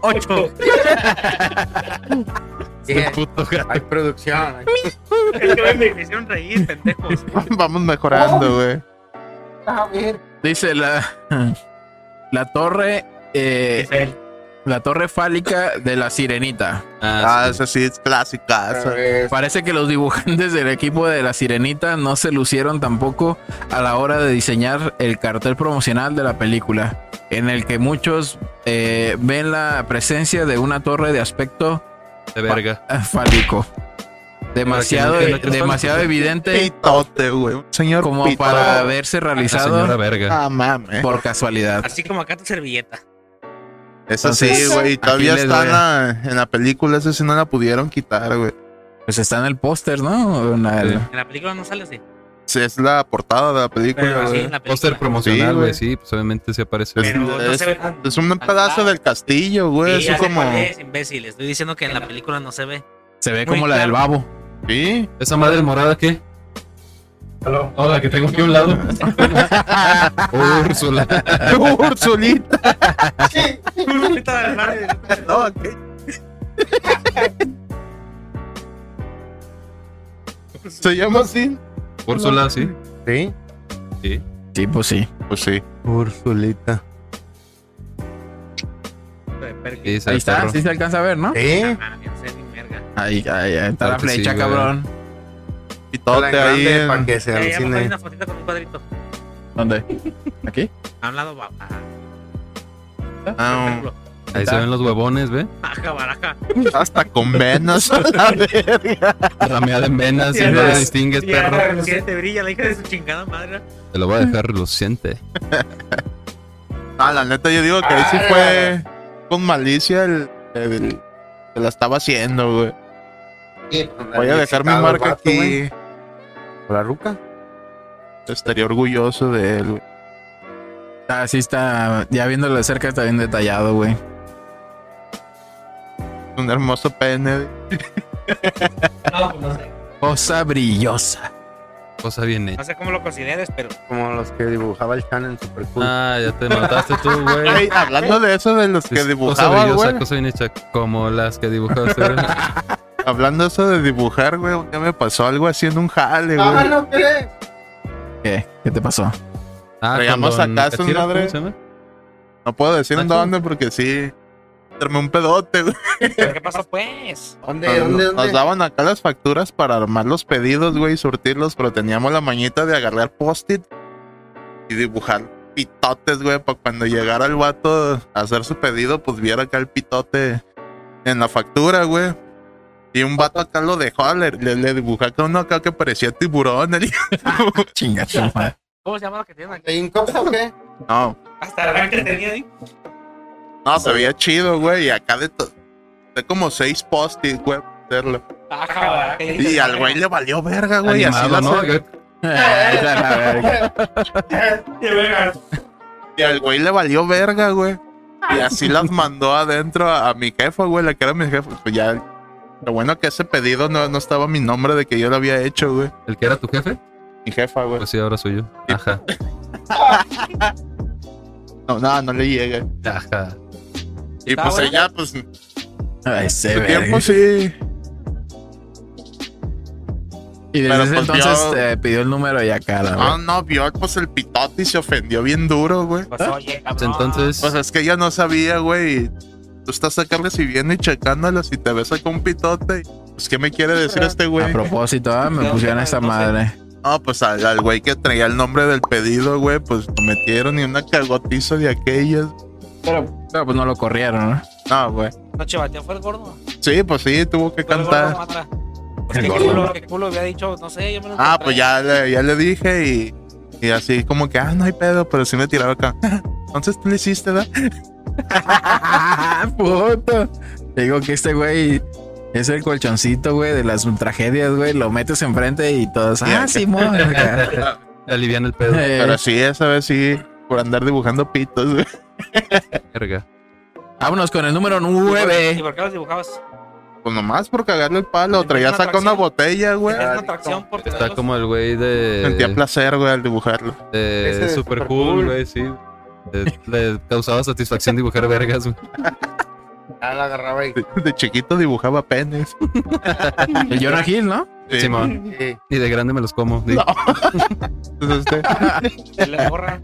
Ocho.
Bien,
Puto gato.
Hay producción. hay-
Es que me me hicieron reír, [laughs] pendejos.
[laughs] Vamos mejorando,
Oh.
güey.
Dice la. La torre. eh, la torre fálica de la sirenita.
Ah,
Ah, esa sí es clásica. esa.
Sabes,
Parece que los dibujantes del equipo de la Sirenita no se lucieron tampoco a la hora de diseñar el cartel promocional de la película, en el que muchos eh, ven la presencia de una torre de aspecto
sí, de verga.
ah, [laughs] fálico. Demasiado, e-
Para que no quede
demasiado
fálico.
evidente
Pitote, güey. Un señor
como
pitote.
para haberse
La señora ¿eh?
realizado
verga.
Ah, mames.
por casualidad.
Así como acá tu servilleta.
Eso sí,
Entonces,
güey. y
aquí
Todavía
les
está en
doy.
la, en la película. Esa sí no la pudieron quitar, güey.
Pues está en el póster, ¿no? En la-
Sí.
En la película no sale así.
Sí, es la portada de la película,
Así
güey.
en la
Póster
película.
promocional,
Sí,
güey,
güey.
sí, pues obviamente sí aparece.
Es,
Pero no
es-
se ve tan-
es un
tan
pedazo
claro.
del castillo, güey.
Sí,
es
ya sé
como.
cuál es, imbécil. Estoy diciendo que en la película no se
[laughs]
ve.
Se ve
Muy
como la del babo.
Sí. [laughs]
¿Esa madre morada qué? Hola, que tengo aquí a un lado. Oh, [laughs] Úrsula.
Ursulita.
[laughs]
Se llama así.
Úrsula, sí.
¿Sí?
Sí.
Sí, pues sí.
Pues sí.
Ursulita.
sí está
Ahí
el
está,
perro.
sí se alcanza a ver, ¿no?
¿Sí?
Ah, no sé, ni verga.
Ahí, ahí, ahí está la
Claro que sí,
flecha,
güey.
cabrón.
Pitote
Plan
ahí.
grande
en-
para que se
Eh, Ya, ya, mejor hay
alucine.
una fotita con un cuadrito.
¿Dónde? ¿Aquí?
A un lado va. ajá,
Ah,
círculo.
Ahí se ven los huevones, ¿ve?
Ajá, baraja.
hasta con venas. [laughs] a la verga.
Rameada en venas,
Sí,
si no
ya.
le distingues, perro.
Te brilla la hija de su chingada madre.
Te lo voy a dejar reluciente.
Ah, la neta, yo digo que ahí sí fue con malicia el. el- que la estaba haciendo, güey.
pues,
Voy a dejar mi marca aquí.
¿La ruca?
Estaría orgulloso de él, güey.
Ah, sí está, ya viéndolo de cerca está bien detallado, güey.
Un hermoso pene.
No, pues no sé.
Cosa brillosa.
Cosa bien
No
hecha.
sé cómo lo consideres, pero.
Como los que dibujaba el Shannon Super Cool.
Ah, ya te mataste tú, güey.
[laughs]
Ey, hablando de eso, de los que
Cosa
dibujaba, güey.
brillosa, cosa bien hecha. Como las que
[laughs]
dibujaste, güey.
Hablando eso de dibujar, güey, ya me pasó algo así en un jale, güey.
no crees!
¿Qué? ¿Qué te pasó?
Ah,
Traíamos
con don
acá su
Cachira,
madre.
¿cómo se llama?
No puedo decir en
Nacho.
dónde porque sí. Terminé un pedote, güey.
¿Pero qué pasó, pues?
¿Dónde, dónde,
nos, nos
dónde?
daban acá las facturas para armar los pedidos, güey, y surtirlos, pero teníamos la mañita de agarrar post-it y dibujar pitotes, güey, para cuando llegara el vato a hacer su pedido, pues viera acá el pitote en la factura, güey. Y un vato acá lo dejó, le, le, le dibujé acá uno acá que parecía tiburón. el-
Chinga tu
[laughs]
madre. [laughs]
¿Cómo se llama lo que tienen aquí?
¿Hay un copo o qué?
No,
Hasta la gran que tenía ahí.
no, se veía chido, güey, y acá de todo. De como seis post-it, güey, para hacerlo.
Ajá, baraja.
Y al güey le valió verga, güey, y así
Animado,
las-
¿no?
La verga.
De verga.
Y al güey le valió verga, güey. Y así las mandó adentro a, a mi jefa, güey, la que era mi jefa. Pues ya, lo bueno que ese pedido no, no estaba mi nombre de que yo lo había hecho, güey.
¿El que era tu jefe?
Mi jefa, güey.
Pues sí, ahora soy yo. Ajá.
No, no, no le llega.
Ajá.
Y pues
bueno?
ella, pues, su
Ay, se
tiempo
ve.
sí.
Y
Pero,
desde ese
pues,
entonces
yo-
te pidió el número y acá, la
No,
verga.
no, vio pues el pitote y se ofendió bien duro, güey.
Pues oye, cabrón.
Pues entonces,
Pues es que ella no sabía, güey. y Tú estás acá recibiendo y checándolas y te ves acá un pitote. Pues, ¿qué me quiere decir este
A
güey?
propósito, ah, me pusieron esa madre.
No, pues al al güey que traía el nombre del pedido, güey, pues lo metieron y una cagotiza de aquellas.
Pero pues no lo corrieron, ¿no?
No, güey.
No, chivateo, fue el gordo.
Sí, pues sí, tuvo que
Fue el gordo
cantar.
mata.
El
Qué
gordo.
[laughs]
culo, qué culo hubiera dicho, no sé, yo me lo
Ah,
encontré.
pues ya le, ya le dije y, y así como que, ah, no hay pedo, pero sí me tiraba acá. [laughs] Entonces tú le hiciste, ¿verdad?
Ah, Puto. Te Digo que este güey es el colchoncito, güey, de las tragedias, güey. Lo metes enfrente y todos.
Y
Ah,
acá.
Simón. acá.
te alivian el pedo.
Eh,
[laughs] Pero sí, esa vez sí, por andar dibujando pitos, güey.
Verga.
Eh, Vámonos con el número
¿Y
9.
por qué los dibujabas?
Pues nomás por cagarle el palo, traía
Una
saca una
atracción.
botella, güey.
Tenías una atracción por
Está
tenerlos.
como el güey
Sentía
de,
placer, güey, al dibujarlo.
de
Ese de
Super
Super
Cool,
Cool.
güey, sí. Eh, Le causaba satisfacción dibujar vergas, güey.
Ah, la agarraba y...
De, de chiquito dibujaba penes. eh,
El Jonah Hill, ¿no?
Sí.
Simón.
Sí.
Y de grande me los como. Digo,
Entonces, este,
Y la gorra.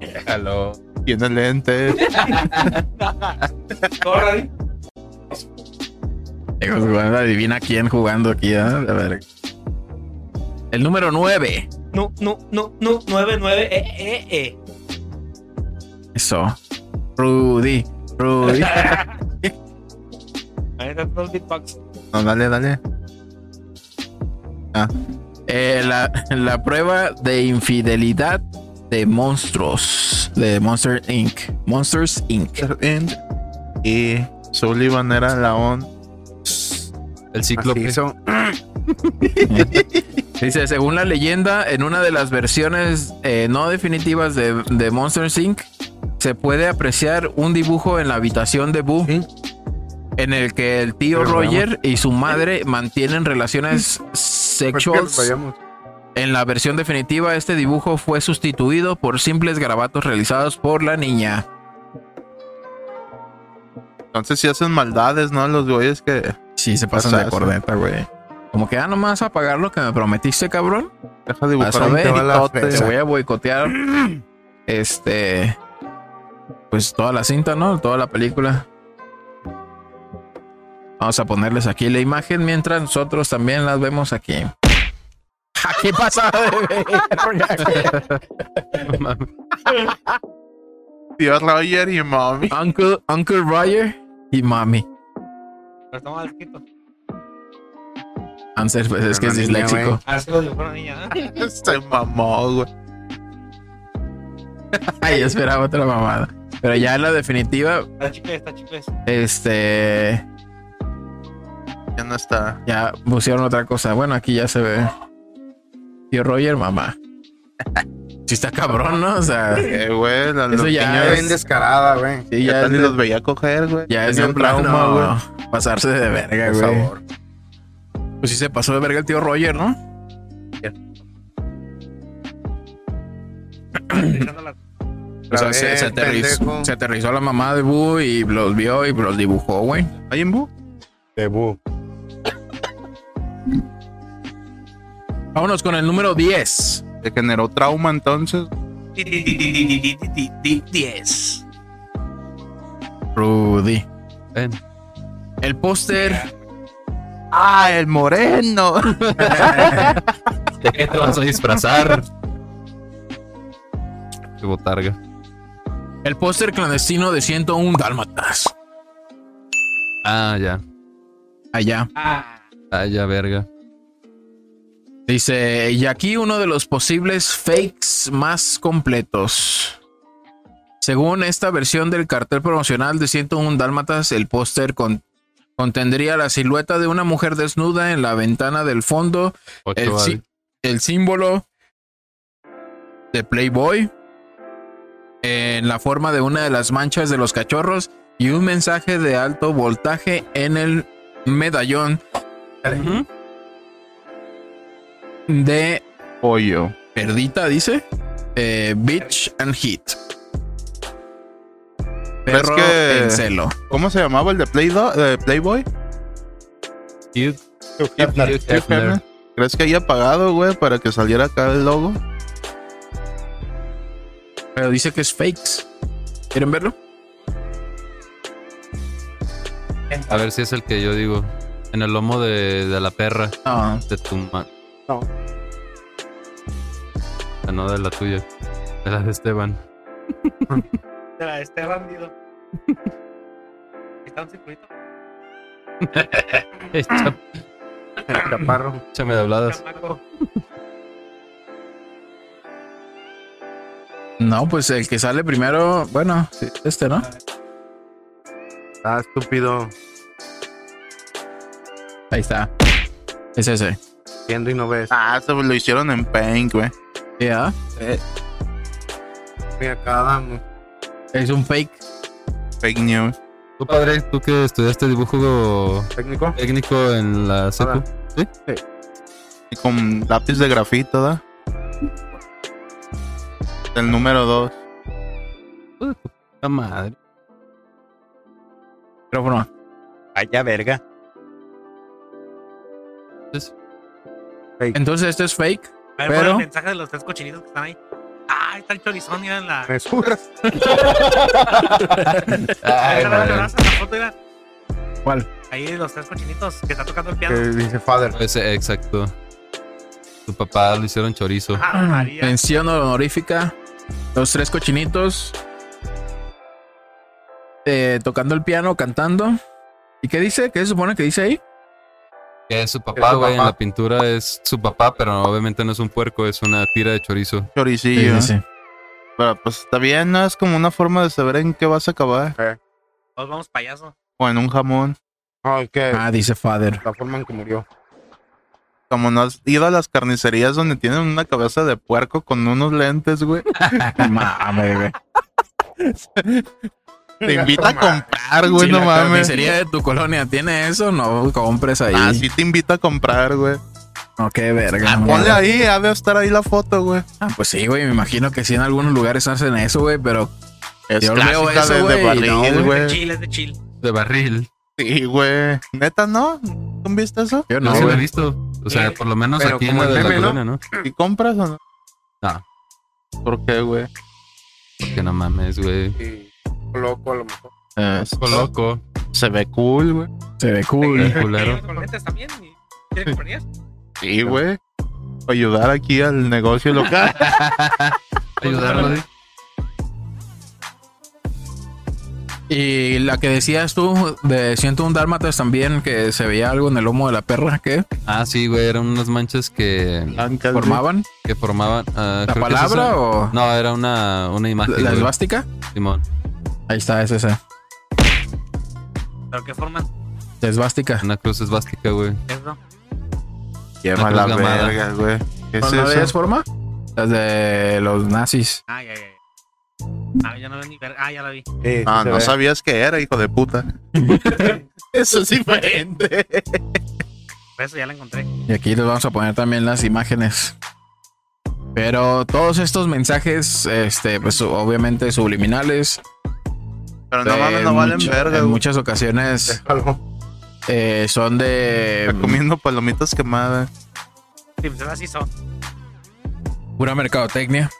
"Déjalo".
tiene lentes.
Gorra, di.
Digo, jugando, adivina quién jugando aquí, ¿eh? A ver. El número 9.
No, no, no, no, 9, 9, eh, eh, eh.
Eso. Rudy. Rudy.
Ahí están los beatbox.
No, dale, dale.
Eh, la, la prueba de infidelidad de monstruos. De Monster Inc. Monsters
[laughs]
Inc.
End. Y Sullivan era la on.
El
Así
cíclope.
hizo.
Dice, según la leyenda, en una de las versiones eh, no definitivas de, de Monster Inc., se puede apreciar un dibujo en la habitación de Boo,
Sí.
en el que el tío
Pero
Roger y su madre mantienen relaciones
Pues que
sexuales.
vayamos.
En la versión definitiva, este dibujo fue sustituido por simples garabatos realizados por la niña.
Entonces sí hacen maldades, ¿no? Los güeyes que.
Sí, se
pasan de
cordeta, güey. Como que, ah, nomás a pagar lo que me prometiste, cabrón.
Deja de
Vas
dibujar
a
un
ver,
pitote.
te voy a boicotear este pues toda la cinta, ¿no? Toda la película. Vamos a ponerles aquí la imagen mientras nosotros también las vemos aquí. [laughs] ¡Ja, ¿Qué pasa?
No mames.
Tío Roger y mami. [laughs]
Uncle, Uncle Roger y mami.
Pero está mal escrito.
Ansel, pues es que es
Pero no, niña,
disléxico.
Así lo dibujó una niña, ¿eh?
Se mamó, güey.
[laughs] Ay, yo esperaba otra mamada. Pero ya en la definitiva,
Está chicles, está chicles.
este,
Ya no está.
ya pusieron otra cosa. Bueno, aquí ya se ve. Tío Roger, mamá. [laughs] Si está cabrón, ¿no? O sea.
Eh, güey, la
Eso ya
Luquiña
Está
es-
bien descarada, güey.
Sí,
Ya
ya, es
ni
de-
los veía coger, güey.
ya es
Tenía
de
un
plano
trauma, güey.
pasarse de verga,
Por
güey.
favor.
Pues sí se pasó de verga el tío Roger, ¿no? O sea,
La
se,
vez,
se aterrizó,
pendejo.
se aterrizó la mamá de Boo y los vio y los dibujó, güey.
¿Hay en Bu?
Vámonos con el número 10.
Se generó trauma entonces.
10.
Rudy.
Ven.
El póster.
¡Ah, el moreno!
¿De qué te vas a disfrazar? Qué botarga.
El póster clandestino de 101 Dálmatas.
Ah, ya.
Allá.
Ah,
Ah, ya, verga.
Dice, y aquí uno de los posibles fakes más completos. Según esta versión del cartel promocional de 101 Dálmatas, el póster con- contendría la silueta de una mujer desnuda en la ventana del fondo,
Ocho
el, sí-
al-
el símbolo de Playboy en la forma de una de las manchas de los cachorros y un mensaje de alto voltaje en el medallón
Ujú.
de
Pollo.
Perdita dice eh, Bitch and Hit.
Pero
Perro
es que-
en celo.
¿Cómo se llamaba el de Play Do- de Playboy?
Hugh- Hugh
Hugh Hefner.
Hefner.
¿Crees que haya pagado, güey, para que saliera acá el logo?
Pero dice que es fakes. ¿Quieren verlo?
A ver si es el que yo digo. En el lomo de, de la perra.
No.
De tu mano.
No.
Ah, no de la tuya. De la de Esteban.
de la de este bandido. Está un circuito.
Echa-
Ah.
El chaparro.
Échame de habladas.
Chamaco.
No, pues el que sale primero, bueno, sí, este, ¿no?
Está estúpido.
Ahí está. Es ese.
Viendo y no ves.
Ah, eso lo hicieron en Paint, güey.
Ya.
Mira, cada mu-
Es un fake.
Fake news.
Tú, padre, tú que estudiaste dibujo
técnico.
técnico en la secu.
Nada.
Y con lápiz de grafito, ¿da? El número 2.
La
[laughs]
madre.
Micrófono.
Vaya verga.
Entonces este es fake.
A ver,
Pero-
pon el mensaje de los tres cochinitos que están ahí. Ah, ahí está el chorizón, mira en la.
Me zurras.
Ahí
Ay,
está la
madre.
raza, la foto, mira.
¿Cuál?
Ahí de los tres cochinitos que está tocando el
Que
piano.
dice father.
Ese, exacto. Tu papá lo hicieron chorizo.
Ah, María.
Mención honorífica. Los tres cochinitos. Eh, tocando el piano, cantando. ¿Y qué dice? ¿Qué se supone que dice ahí?
Que es su papá,
su
güey. En
papá.
la pintura es su papá, pero obviamente no es un puerco, es una tira de chorizo.
Choricillo. Pero pues está bien, ¿no? Es como una forma de saber en qué vas a acabar.
Nos vamos payaso.
O en un jamón.
No, es que
[laughs]
Ah, dice Father.
la forma en que murió.
Como no has ido a las carnicerías donde tienen una cabeza de puerco con unos
[laughs]
lentes, güey.
Mames, güey.
Te invita a comprar, güey,
si
no
la
mames.
carnicería de tu colonia tiene eso, no compres ahí.
Ah, sí te invita a comprar, güey.
No, qué verga.
Ah,
güey.
ponle ahí, ha de estar ahí la foto, güey.
Ah, pues sí, güey, me imagino que sí en algunos lugares hacen eso, güey, pero
Es
Yo
clásica
veo eso,
de, de
güey, y no,
barril,
güey.
güey.
Chill, es de chill.
de barril.
Sí, güey. Neta, ¿no? ¿Tú viste eso?
yo
No,
no,
se lo he
güey.
visto. O sea, por lo menos
Pero
aquí en
como
la
el
de la
meme, ¿no?
colonia, ¿no?
¿Y compras o Mm. no?
No.
¿Por qué, güey?
Porque no mames, güey.
Sí, loco a lo mejor.
Eh,
Poco loco.
se ve cool, güey.
Se ve cool.
El culero.
¿Con lentes también? ¿Y ¿Tiene compañías?
Sí, güey. Ayudar aquí al negocio local. [laughs]
Ayudarlo,
¿eh?
güey.
Y la que decías tú de 101 Dálmatas también, que se veía algo en el lomo de la perra que
Ah, sí, güey. Eran unas manchas que,
Blancas, güey.
formaban.
que formaban. ah,
¿La
creo que es
palabra
esa-
o
No, era una, una imagen.
la
güey,
esvástica?
Simón.
Ahí está, es esa.
¿Pero qué forman?
La esvástica.
Una cruz esvástica, güey.
Es, bro.
Lleva
Una
la
cruz gamada.
verga, Pues güey. ¿Qué
¿No
es
no veías
eso?
forma? Las de los nazis.
Ah, ya, ya, ya. Ah, ya no veo ni ver. Ah, ya la vi.
Sí,
Ah,
se
no
ve.
sabías que era, hijo de puta. eso es diferente.
Por eso ya la encontré.
Y aquí les vamos a poner también las imágenes. Pero todos estos mensajes, este, pues obviamente subliminales.
Pero no
eh,
mames, no valen
mucha-
verga,
En
güey.
muchas ocasiones
Déjalo.
eh, son de
Está comiendo palomitas quemadas.
Sí, pues así son.
pura mercadotecnia.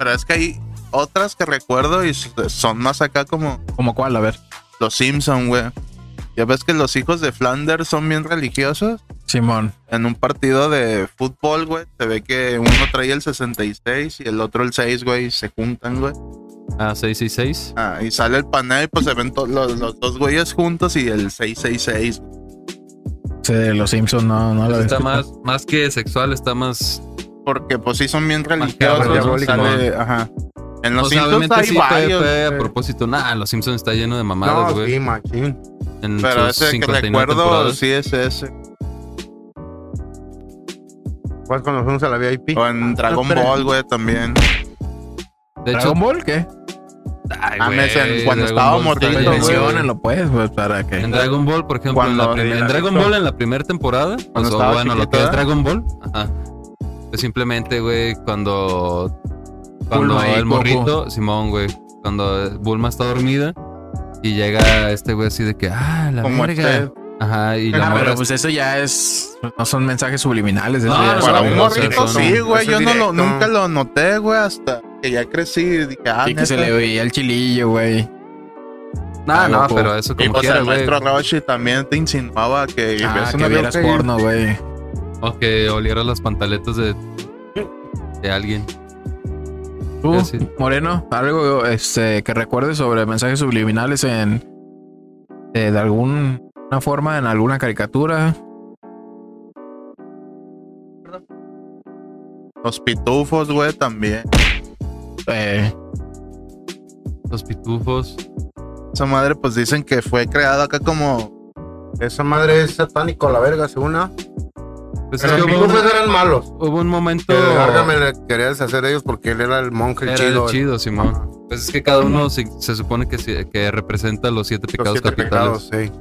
Pero es que hay otras que recuerdo y s- son más acá como
¿Como cuál? A ver.
los Simpson, güey. Ya ves que los hijos de Flanders son bien religiosos.
Simón.
en un partido de fútbol, güey, se ve que uno trae el 66 y el otro el 6, güey, y se juntan, güey.
Ah, 666.
Ah, y sale el panel y pues se ven to- los, los dos güeyes juntos y el 666.
Sí, de los Simpsons, no, no lo
Está
había
más, más que sexual, está más.
Porque pues sí son bien
cabrón,
religiosos. ¿no?
pues, diabólico,
Sale- ajá. En los
o sea,
Simpsons
obviamente
hay
sí fue,
varios.
fue a propósito. Nah, los Simpsons está lleno de mamadas,
No,
güey.
sí, machín.
en
Pero
sus
ese que
59
recuerdo
temporadas.
sí es ese.
¿Cuál cuando fuimos a la VIP?
O en Dragon
espera.
Ball, güey, también.
De hecho,
¿Dragon Ball? ¿Qué?
ay,
Ah,
güey,
me dicen,
Dragon
cuando estaba
Ball
morrito,
está lleno, güey.
Menciónenlo, pues, pues, para que.
En Dragon Ball, por ejemplo, en, la
Cuando-
prim- en Dragon Ball en la primera temporada, o sea,
estaba
bueno, lo que
chiquito,
es
¿eh?
Dragon Ball, ajá. Pues simplemente, güey, cuando cuando
Bulma y
el
Goku.
morrito, Simón, güey, cuando Bulma está dormida y llega este güey así de que, ah, la
Como
verga.
este.
Ajá, y la
Ah,
morra
pero pues eso ya es. No son mensajes subliminales. eso
No,
ya
no,
es-
Para
no,
un
no, o sea,
morrito,
son-
sí, güey.
eso
Yo
es
no
directo.
lo, nunca lo noté, güey, hasta que ya crecí y dije, ah,
Y que se
neta.
le veía el chilillo, güey.
No, ah, no,
Goku.
pero eso
Y
como
pues
quiera,
el
güey.
maestro Roshi también te insinuaba que
Ah,
ves
que
una
vieras
vieja y-
porno, güey.
O que oliera las pantaletas de de alguien.
Tú,
Yo sí.
Moreno, algo este, que recuerdes sobre mensajes subliminales en eh, de alguna forma, en alguna caricatura.
Los pitufos, güey, también.
Eh,
Los pitufos.
Esa madre, pues dicen que fue creada acá como.
Esa madre es satánico, la verga, según una.
Pues es
Pero
que
los
hubo,
pitufos
un-
eran malos.
hubo un momento
Que de verga me le quería deshacer ellos porque él era el monje
Era
el
el
chido.
chido, Simón. Pues es que cada uno se, se supone que, se- que representa los siete
Los
pecados
siete
capitales.
pecados, sí.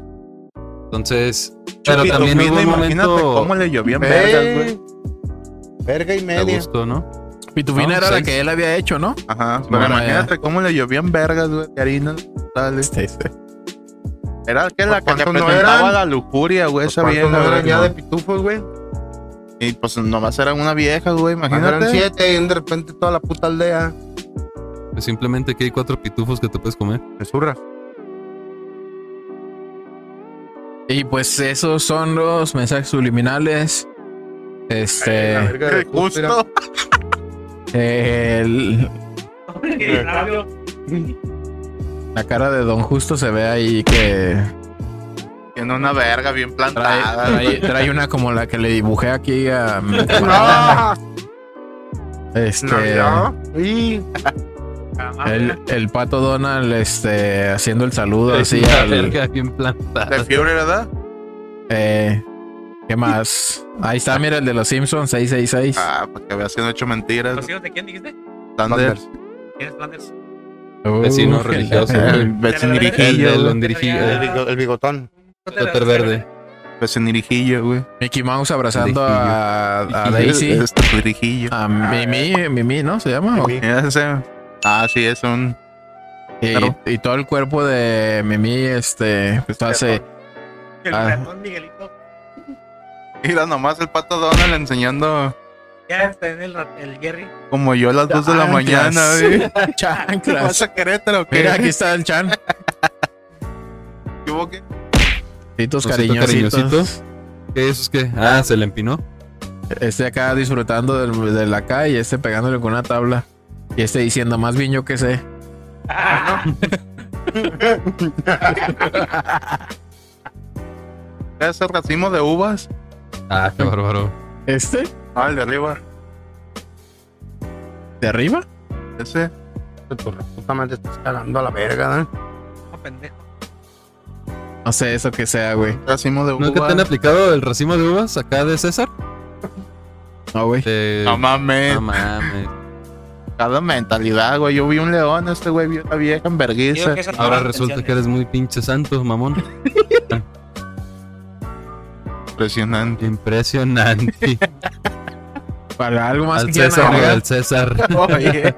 Entonces, pero
Chupi,
también
domina,
hubo un
imagínate cómo
momento
le llovió en vergas, güey.
Ey, Verga y
a
media.
gusto, ¿no?
Pitufina
No,
era la
seis.
que él había hecho, ¿no?
Ajá. Pero
Bueno,
imagínate cómo le llovió en vergas, güey. de harina. Dale. Era que la que
¿Cuántos no
representaba
eran?
la lujuria, güey.
Pues
Esa
cuántos
vieja,
no eran
güey,
ya
no.
de pitufos, güey.
Y pues nomás era una vieja, güey.
Eran
Imagínate.
siete y de repente toda la puta aldea.
Pues simplemente que hay cuatro pitufos que te puedes comer.
Me zurra.
Y pues esos son los mensajes subliminales. Este.
La verga de
Qué
Justo, era- [laughs]
gusto.
el-
Qué rabio.
la cara de Don Justo se ve ahí que
Tiene una verga bien
trae,
plantada.
trae- trae una como la que le dibujé aquí a.
¡Ah!
Este.
Navidad. Y
Jamás.
El, el pato Donald este,
[laughs]
Pues
haciendo el saludo así
La
al,
verga bien
De
plantada.
fiebre, ¿verdad?
eh, ¿Qué más? Ahí está, mira el de los Simpsons, 666.
Ah, para que veas que no he hecho mentiras.
¿Los hijos de quién dijiste?
Thunder,
¿Quién es Flanders?
Uh, eh,
Vecino religioso.
el
El
vecinirijillo,
de
güey.
Londirijillo.
El, bigo- el bigotón.
Doctor Verde.
Vecinirijillo, güey.
Mickey Mouse abrazando a, a Daisy.
Es Thunder
A Mimi, Mimi, ¿no? Se llama. ¿o qué?
Ah, sí, es un. Claro.
Y, y todo el cuerpo de Mimi, este, pues hace.
El
Ah.
ratón Miguelito.
Mira nomás el pato Donald enseñando
Ya está en el, rat- el Jerry.
como yo a las 2 de la mañana,
[laughs]
güey. ¿Te vas
Chanclas.
a Querétaro o qué?
Mira, aquí está el chan.
¿Qué hubo, qué?
Ositos
Osito
cariñositos.
cariñosito. ¿Qué eso es que? Ah, se le empinó.
Este acá disfrutando del- de la calle, este pegándole con una tabla. Y este diciendo, más bien yo que sé.
Ese racimo de uvas.
Ah, qué bárbaro.
¿Este?
Ah, el de arriba.
¿De arriba?
Ese.
Tu puta madre Este estás cagando a la verga, ¿eh?
No, pendejo.
No sé eso que sea, güey.
Racimo de
¿No que te han
uvas.
aplicado el racimo de uvas acá de
[laughs]
César?
No, güey.
De-
No mames.
No mames.
Cada mentalidad, güey. Yo vi un león, este güey vio una vieja
Digo
en vergüenza.
que esas son
Ahora
las
resulta que
intenciones.
eres muy pinche santo, mamón.
[laughs] Impresionante.
Impresionante.
Para algo más que
al
quieran
César,
agregar.
al César.
Oye,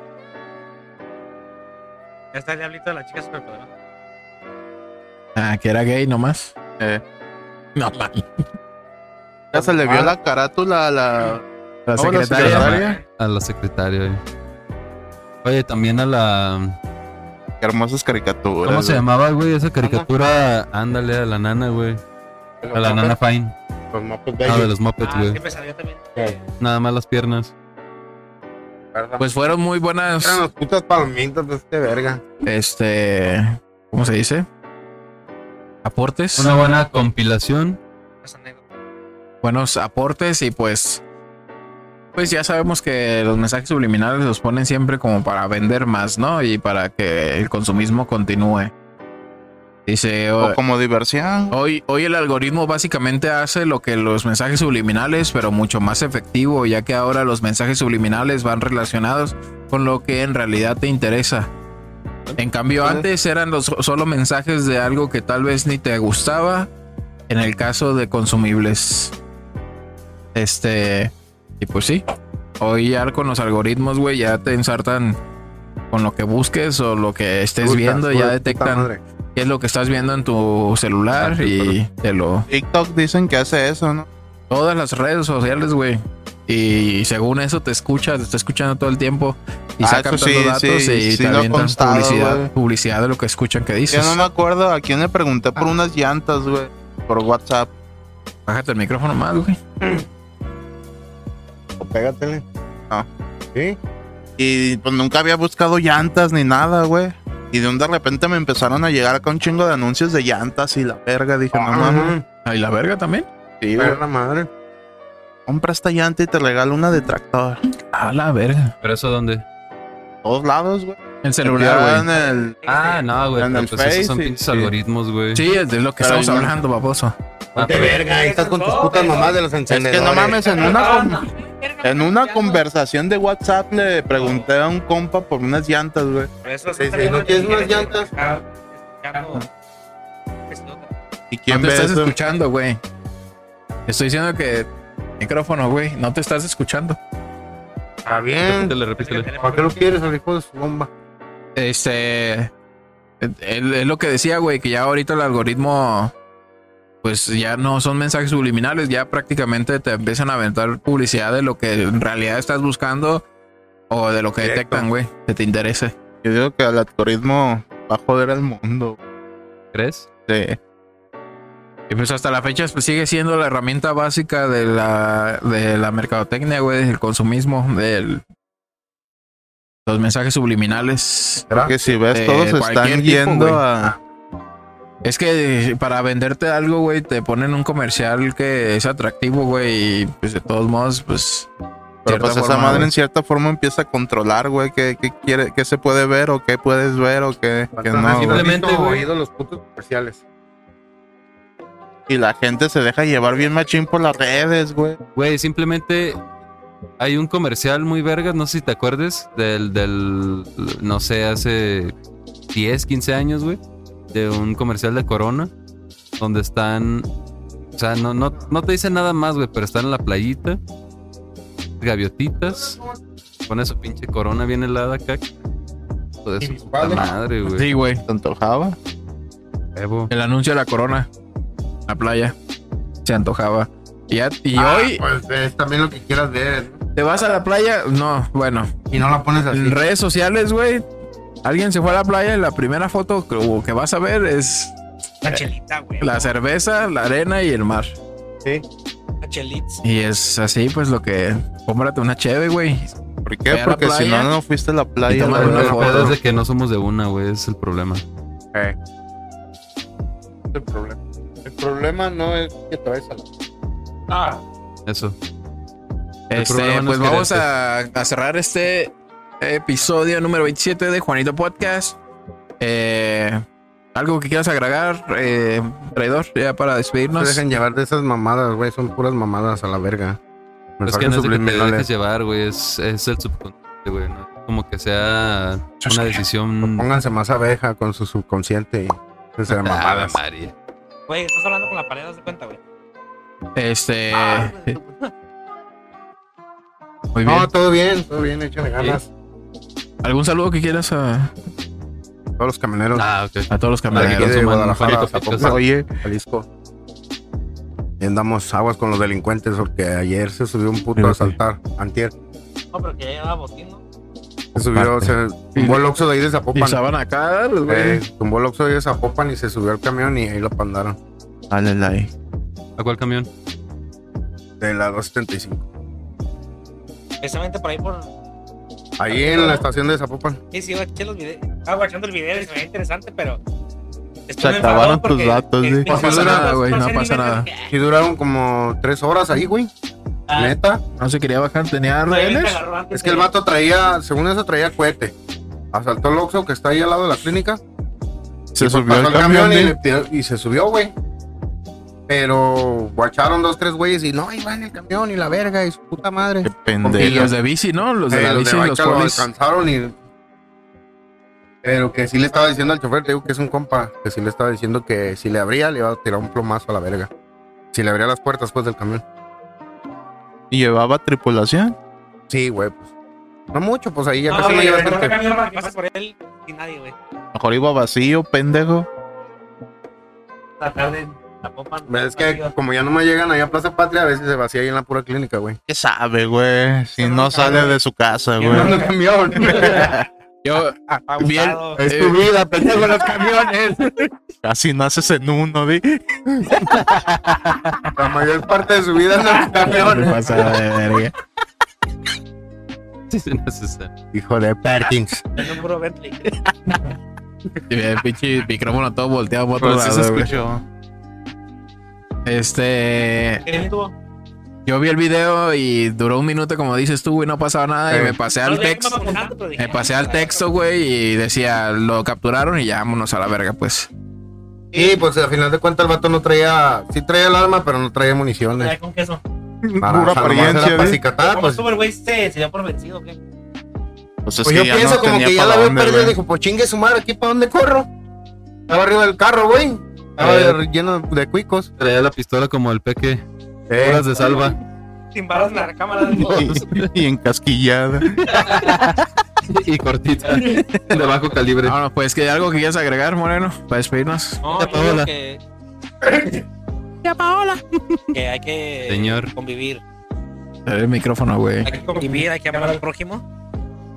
Ya está el diablito de la chica superpoderosa.
Ah, que era gay nomás.
Eh.
No, man.
ya se le vio la carátula a la,
La
¿Cómo la
secretaria.
secretaria?
A la secretaria. eh. Oye, también a la.
Qué hermosas caricaturas.
¿Cómo se
güey.
llamaba, güey? Esa caricatura. Ándale, a la nana, güey. A la nana Fine.
Los mapos
Ah, de
bellos.
los Muppets,
Ah,
güey.
siempre salió también.
eh,
Nada más las piernas.
Pues fueron muy buenas,
Eran las putas palomitas de este verga.
este, ¿cómo se dice? Aportes.
Una buena compilación.
Las anécdotas.
buenos aportes y pues pues ya sabemos que los mensajes subliminales los ponen siempre como para vender más, ¿no? Y para que el consumismo continúe. Dice,
O
"Ho-
como diversión.
hoy, hoy el algoritmo básicamente hace lo que los mensajes subliminales, pero mucho más efectivo, ya que ahora los mensajes subliminales van relacionados con lo que en realidad te interesa. En cambio, antes eran los solo mensajes de algo que tal vez ni te gustaba. En el caso de consumibles. Este. Y pues sí. Hoy ya con los algoritmos, güey, ya te ensartan con lo que busques o lo que estés
Puta,
viendo.
puta
Ya detectan
madre.
qué es lo que estás viendo en tu celular
Ah,
y te lo.
TikTok dicen que hace eso, ¿no?
Todas las redes sociales, güey. Y según eso te escucha, te está escuchando todo el tiempo y
Ah,
está
eso
captando
sí,
datos
sí,
y
sí
te
lo he
avientan
constado,
publicidad,
güey.
publicidad de lo que escuchan que dices.
Yo no me acuerdo a quién le pregunté por unas llantas, güey. Por WhatsApp.
Bájate el micrófono más, güey.
O pégatele.
Ah.
¿Sí?
Y pues nunca había buscado llantas ni nada, güey. Y de un de repente me empezaron a llegar acá un chingo de anuncios de llantas y la verga. Dije, no mames.
Ah, Ajá.
Ay, la verga también.
Sí, güey.
Perra madre.
Compra esta llanta y te regalo una de tractor.
A la verga.
¿Pero eso dónde?
Todos lados, güey.
El celular,
En
güey.
el-
Ah, no, güey.
En
pero
el
Pues esos son
Face y-
pinches
sí.
algoritmos, güey.
Sí, es de lo que
Pero
estamos
no.
hablando, baboso.
Ah,
De
pero-
verga, ahí estás con tus putas mamás de los
Es
encendedores.
que no mames, en
Ah,
una, en una conversación de WhatsApp le pregunté a un compa por unas llantas, güey.
Por eso
Sí, sí, ¿no tienes unas llantas?
este
¿Y
No
quién
te
ve
estás
eso?
escuchando, güey. Estoy diciendo que micrófono, güey. No te estás escuchando.
Está bien.
Repítele, repítele.
¿Para qué lo quieres al hijo de su bomba?
Este. Es lo que decía, güey, que ya ahorita el algoritmo. Pues ya no son mensajes subliminales, ya prácticamente te empiezan a aventar publicidad de lo que en realidad estás buscando o de lo que
Directo.
detectan, güey, que te interese.
Yo digo que el algoritmo va a joder al mundo.
¿Crees?
Sí.
Y pues hasta la fecha pues, sigue siendo la herramienta básica de la, de la mercadotecnia, güey, del consumismo, de los mensajes subliminales.
¿Será?
Que si ves,
Eh,
todos
cualquier
están
tipo,
yendo
güey. Ah,
a.
Es que eh, para venderte algo, güey, te ponen un comercial que es atractivo, güey, y pues de todos modos, pues...
Pero
cierta
pues esa
forma,
madre
güey.
en cierta forma empieza a controlar, güey, qué, qué quiere, qué se puede ver o qué puedes ver o qué, qué
Así
no.
no has
güey.
Simplemente,
visto o
güey.
oído los putos comerciales.
Y la gente se deja llevar bien machín por las redes, güey.
Güey, simplemente hay un comercial muy vergas, no sé si te acuerdes, del, del, no sé, hace 10, 15 años, güey, de un comercial de Corona, donde están, o sea, no, no, no te dicen nada más, güey, pero están en la playita, gaviotitas, pone su pinche Corona bien helada acá. Hijo de su puta madre, güey.
Sí, güey.
¿Te antojaba?
Huevo.
El anuncio de la corona. La playa. Se antojaba. Y, ya- y
Ah,
hoy
Pues es también lo que quieras ver.
te vas a la playa. No, bueno.
Y no la pones así.
En redes sociales, güey. Alguien se fue a la playa y la primera foto que, o que vas a ver es
La chelita, güey.
la cerveza, la arena y el mar.
La chelitz.
Y es así, pues lo que. Cómprate una cheve, güey. Ve
¿Por
a
qué?
la
Porque si
playa
no, no fuiste a la
y
playa.
toma
la
una
verdad.
El
foto.
pedo es de que no somos de una, güey, es el problema.
el problema. El problema no es que te vayas a la...
Ah,
Eso.
Este,
problema no
pues
es
vamos a, a cerrar este episodio número 27 de Juanito Podcast. Eh, algo que quieras agregar, eh, traidor, ya para
No
despedirnos.
se Pues dejen llevar de esas mamadas, güey. Son puras mamadas a la verga.
Es que
Mensajes
no es de que te dejes
subliminales.
llevar, güey. Es, es el subconsciente, güey. ¿no? Como que sea una decisión.
Pónganse más abeja con su subconsciente y déjense de
Ah,
mamadas.
María.
Güey, estás hablando con la pared, haz de cuenta, güey.
Este.
Ah.
Muy bien.
No, todo bien, todo bien, échale ganas.
¿Algún saludo que quieras a,
Todos los camioneros
Ah, ok.
a todos los
de aquí
camaraderos?
de
consuman
Guadalajara,
Juanito Podcast.
Zapopan,
Oye,
Jalisco. Y andamos aguas con los delincuentes porque ayer se subió un puto a asaltar. Antier.
No, pero que ya llevaba botín, ¿no?
Se subió, se tumbó el Oxxo de ahí de
Y
Zapopan.
estaban acá, los
Eh,
güeyes.
tumbó el Oxxo de ahí de Zapopan y se subió al camión y ahí lo pandaron.
dale like.
¿A cuál camión? [laughs]
De la 275.
Precisamente por ahí por.
Ahí en la estación de Zapopan.
Sí, sí, guaché los videos. Estaba guachando el video y se veía interesante, pero. después
Se
me
acabaron
enfadó
tus
porque-
datos,
que-
sí.
que-
No pasa
que-
nada,
que-
güey,
que-
no
que-
pasa
que-
nada.
que-
Y duraron como tres horas ahí, güey.
ah,
Neta.
No se quería bajar, tenía
güey, me
rehenes.
agarró antes
Es que el
de-
vato traía, según eso, traía cohete. Asaltó el Oxxo que está ahí al lado de la clínica.
Se
Pues
subió
pasó
el camión.
y,
¿eh? y-
le tiró- y se subió, güey. Pero guacharon dos, tres güeyes y no, iba en el camión y la verga y su puta madre.
Qué
Y
pendejo.
los de bici, ¿no? Los Pues de
Eh,
la
los de
bici, los
Baixa lo
polis.
alcanzaron y... Pero que sí le estaba diciendo al chofer, te digo que es un compa, que sí le estaba diciendo que si le abría le iba a tirar un plomazo a la verga. Si le abría las puertas pues del camión.
¿Y llevaba tripulación?
Sí, güey, pues. No mucho, pues ahí ya
No,
casi no
güey,
lleva
agarró el
gente.
camión para que pase por él y nadie, güey.
Mejor iba vacío, pendejo.
La tarde la popa.
Es que como ya no me llegan allá a Plaza Patria, a veces se vacía ahí en la pura clínica, güey.
¿Qué sabe, güey? Si no sale de su casa,
Yo
güey.
Ando en camión.
[laughs] Yo, bien,
Pausado.
eh,
Es tu vida, pendejo, los camiones.
Casi naces en uno, di.
La mayor parte de su vida anda en
[laughs]
los
me
camiones.
pasa de verga.
Sí, sí, no sé, sé.
Hijo de Perkins.
En un puro Bentley.
Y el pinche micrófono todo volteado por otro
Pero Pues sí se
lado, güey.
escuchó.
Este.
¿Quién estuvo?
Yo vi el video y duró un minuto, como dices tú, güey, no pasaba nada. Y
Sí.
me pasé al
No, dejé que
texto.
me apuntara, pero dije, "Ah,
Me pasé al texto, güey, y decía, lo capturaron y ya vámonos a la verga, pues.
Y pues al final de cuentas el vato no traía, sí traía el arma, pero no traía
Ay,
municiones.
Con queso.
Para,
Pura
o sea, nomás
apariencia,
era para
di.
acicatar,
¿Cómo
pues,
estuvo el güey? este? Se se dio por vencido, güey.
Pues es
pues
que
yo
ya
pienso
no
como
tenía
que ya
para
la había
dónde,
perdido.
güey.
Dijo, pues chingue su madre, ¿aquí para dónde corro? Estaba arriba del carro, güey. Estaba
Eh.
lleno de cuicos.
Traía la pistola como el peque.
Eh,
Horas de salva.
Sin balas en la cámara.
"Oh".
Y, y encasquillada.
y cortita. De bajo calibre.
Ah,
Vámonos, pues, que algo que quieras agregar, Moreno, para despedirnos.
No,
Ya,
yo digo
Paola.
que. Que hay que
Señor.
convivir.
El micrófono, güey.
Hay que convivir, hay que amar al prójimo.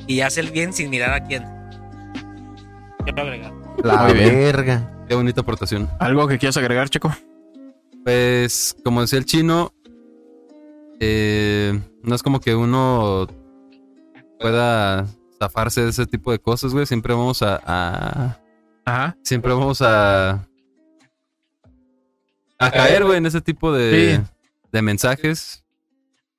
Y hacer el bien sin mirar a quién. Quiero agregar.
La
Muy bien.
verga.
Qué bonita aportación.
¿Algo que quieras agregar, chico?
Pues, como decía el chino, eh, no es como que uno pueda zafarse de ese tipo de cosas, güey. Siempre vamos a- a
Ajá.
siempre vamos a a caer, güey, en ese tipo de, de mensajes.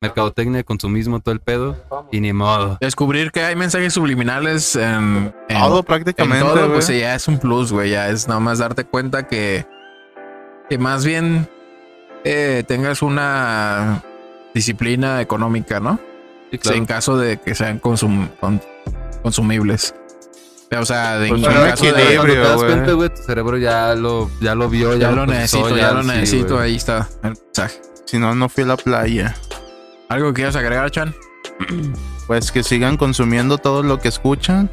Mercadotecnia, consumismo, todo el pedo. Y ni modo.
Descubrir que hay mensajes subliminales en, en-
Todo
en
prácticamente,
todo,
güey.
pues ya es un plus, güey. Ya es nada más darte cuenta que, que más bien eh, tengas una disciplina económica, ¿no?
Sí, claro.
En caso de que sean consum- con- consumibles. O sea, de,
Pues
en
no me
caso de-
equilibrio,
Cuando te das
güey.
cuenta, güey, tu cerebro ya lo, ya lo vio, ya,
ya lo
procesó,
necesito, ya lo
sí,
necesito,
güey.
ahí está el mensaje. eh.
Si no, no fui a la playa.
¿Algo que quieras agregar, Chan?
Pues que sigan consumiendo todo lo que escuchan.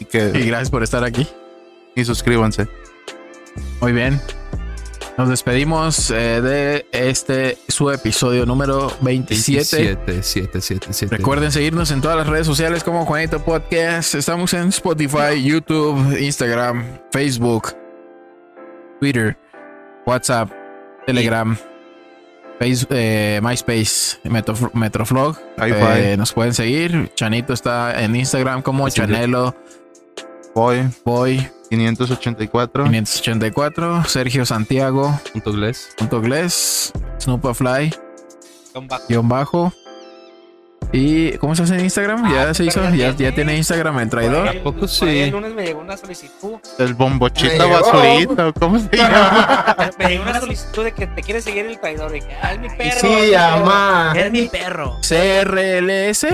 Y
Y
que.
gracias por estar aquí.
Y suscríbanse.
Muy bien. Nos despedimos eh, de este su episodio número 27.
7, 7, 7, 7.
Recuerden seguirnos en todas las redes sociales como Juanito Podcast. Estamos en Spotify, YouTube, Instagram, Facebook, Twitter, WhatsApp, Telegram, Face- eh, MySpace, Metro- Metroflog.
Hi-Fi.
Eh, nos pueden seguir. Chanito está en Instagram como
Así es.
Chanelo
Voy.
Boy
Ah.
584.
584, Sergio Santiago
Punto Gles.
punto Gles, Snoopafly
Con bajo.
guión bajo. ¿Y cómo se hace en Instagram? Ya se hizo, Ah, ya, ya tiene Instagram el traidor.
Por ahí-
Poco
por
sí.
ahí El lunes me llegó una solicitud. [laughs]
El
Me
bombochita
llegó. oh.
basurita. ¿Cómo se llama?
Me llegó una solicitud de que te quiere seguir el traidor. Y que, ah, es mi perro. Eh. es mi
Sí,
perro,
amá.
Es mi perro.
CRLS,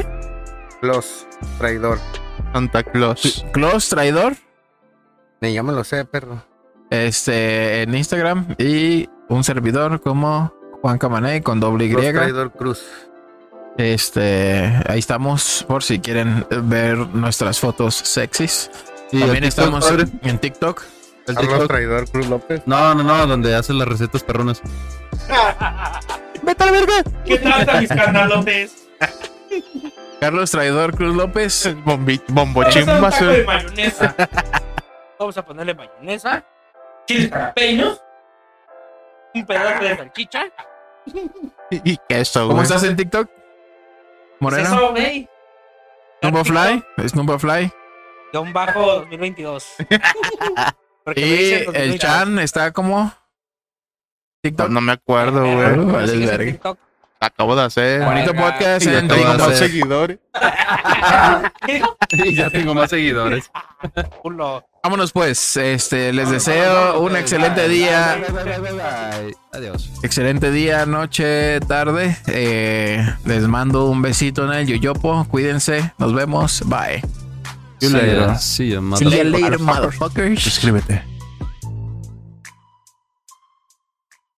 Los traidor.
Santa Claus.
Close Traidor,
Ni yo me lo sé, perro.
este, en Instagram y un servidor como Juan Camané con doble Y.
Los traidor cruz.
Este, ahí estamos por si quieren ver nuestras fotos sexys.
Sí,
También
el TikTok,
estamos
padre.
en TikTok.
El
Arroba
TikTok.
traidor cruz López.
No, no, no, donde hacen las
[laughs]
recetas perronas. [laughs]
¡Vete a la verga!
¿Qué trata
[laughs]
mis carnalotes?
Carlos Traidor Cruz López.
El bombi- bombochín basura.
mayonesa. Vamos a ponerle mayonesa, chiles jalapeños, un pedazo de salchicha,
Y queso,
¿Cómo
güey.
estás en TikTok? Moreno.
sesame y
Snumbafly. Snumbafly.
guión bajo 2022. Porque me
Y
dicen 2022.
el Chan está como
No,
TikTok.
Pues no me acuerdo,
Ah,
güey.
vale,
Pero sigues en
verga.
TikTok.
Acabo de hacer.
Ah,
Bonito
verga.
podcast
Sí,
en
yo te voy a
TikTok.
Dos
hacer.
seguidores.
¿Qué dijo?
Y ya tengo más seguidores.
Culo.
Vámonos pues. Este, les deseo
pues.
un excelente día.
Adiós.
Excelente día, noche, tarde. Eh, les mando un besito en el Yoyopo. Cuídense. Nos vemos. Bye.
Sí,
later.
sí,
See you later, motherfuckers.
Suscríbete.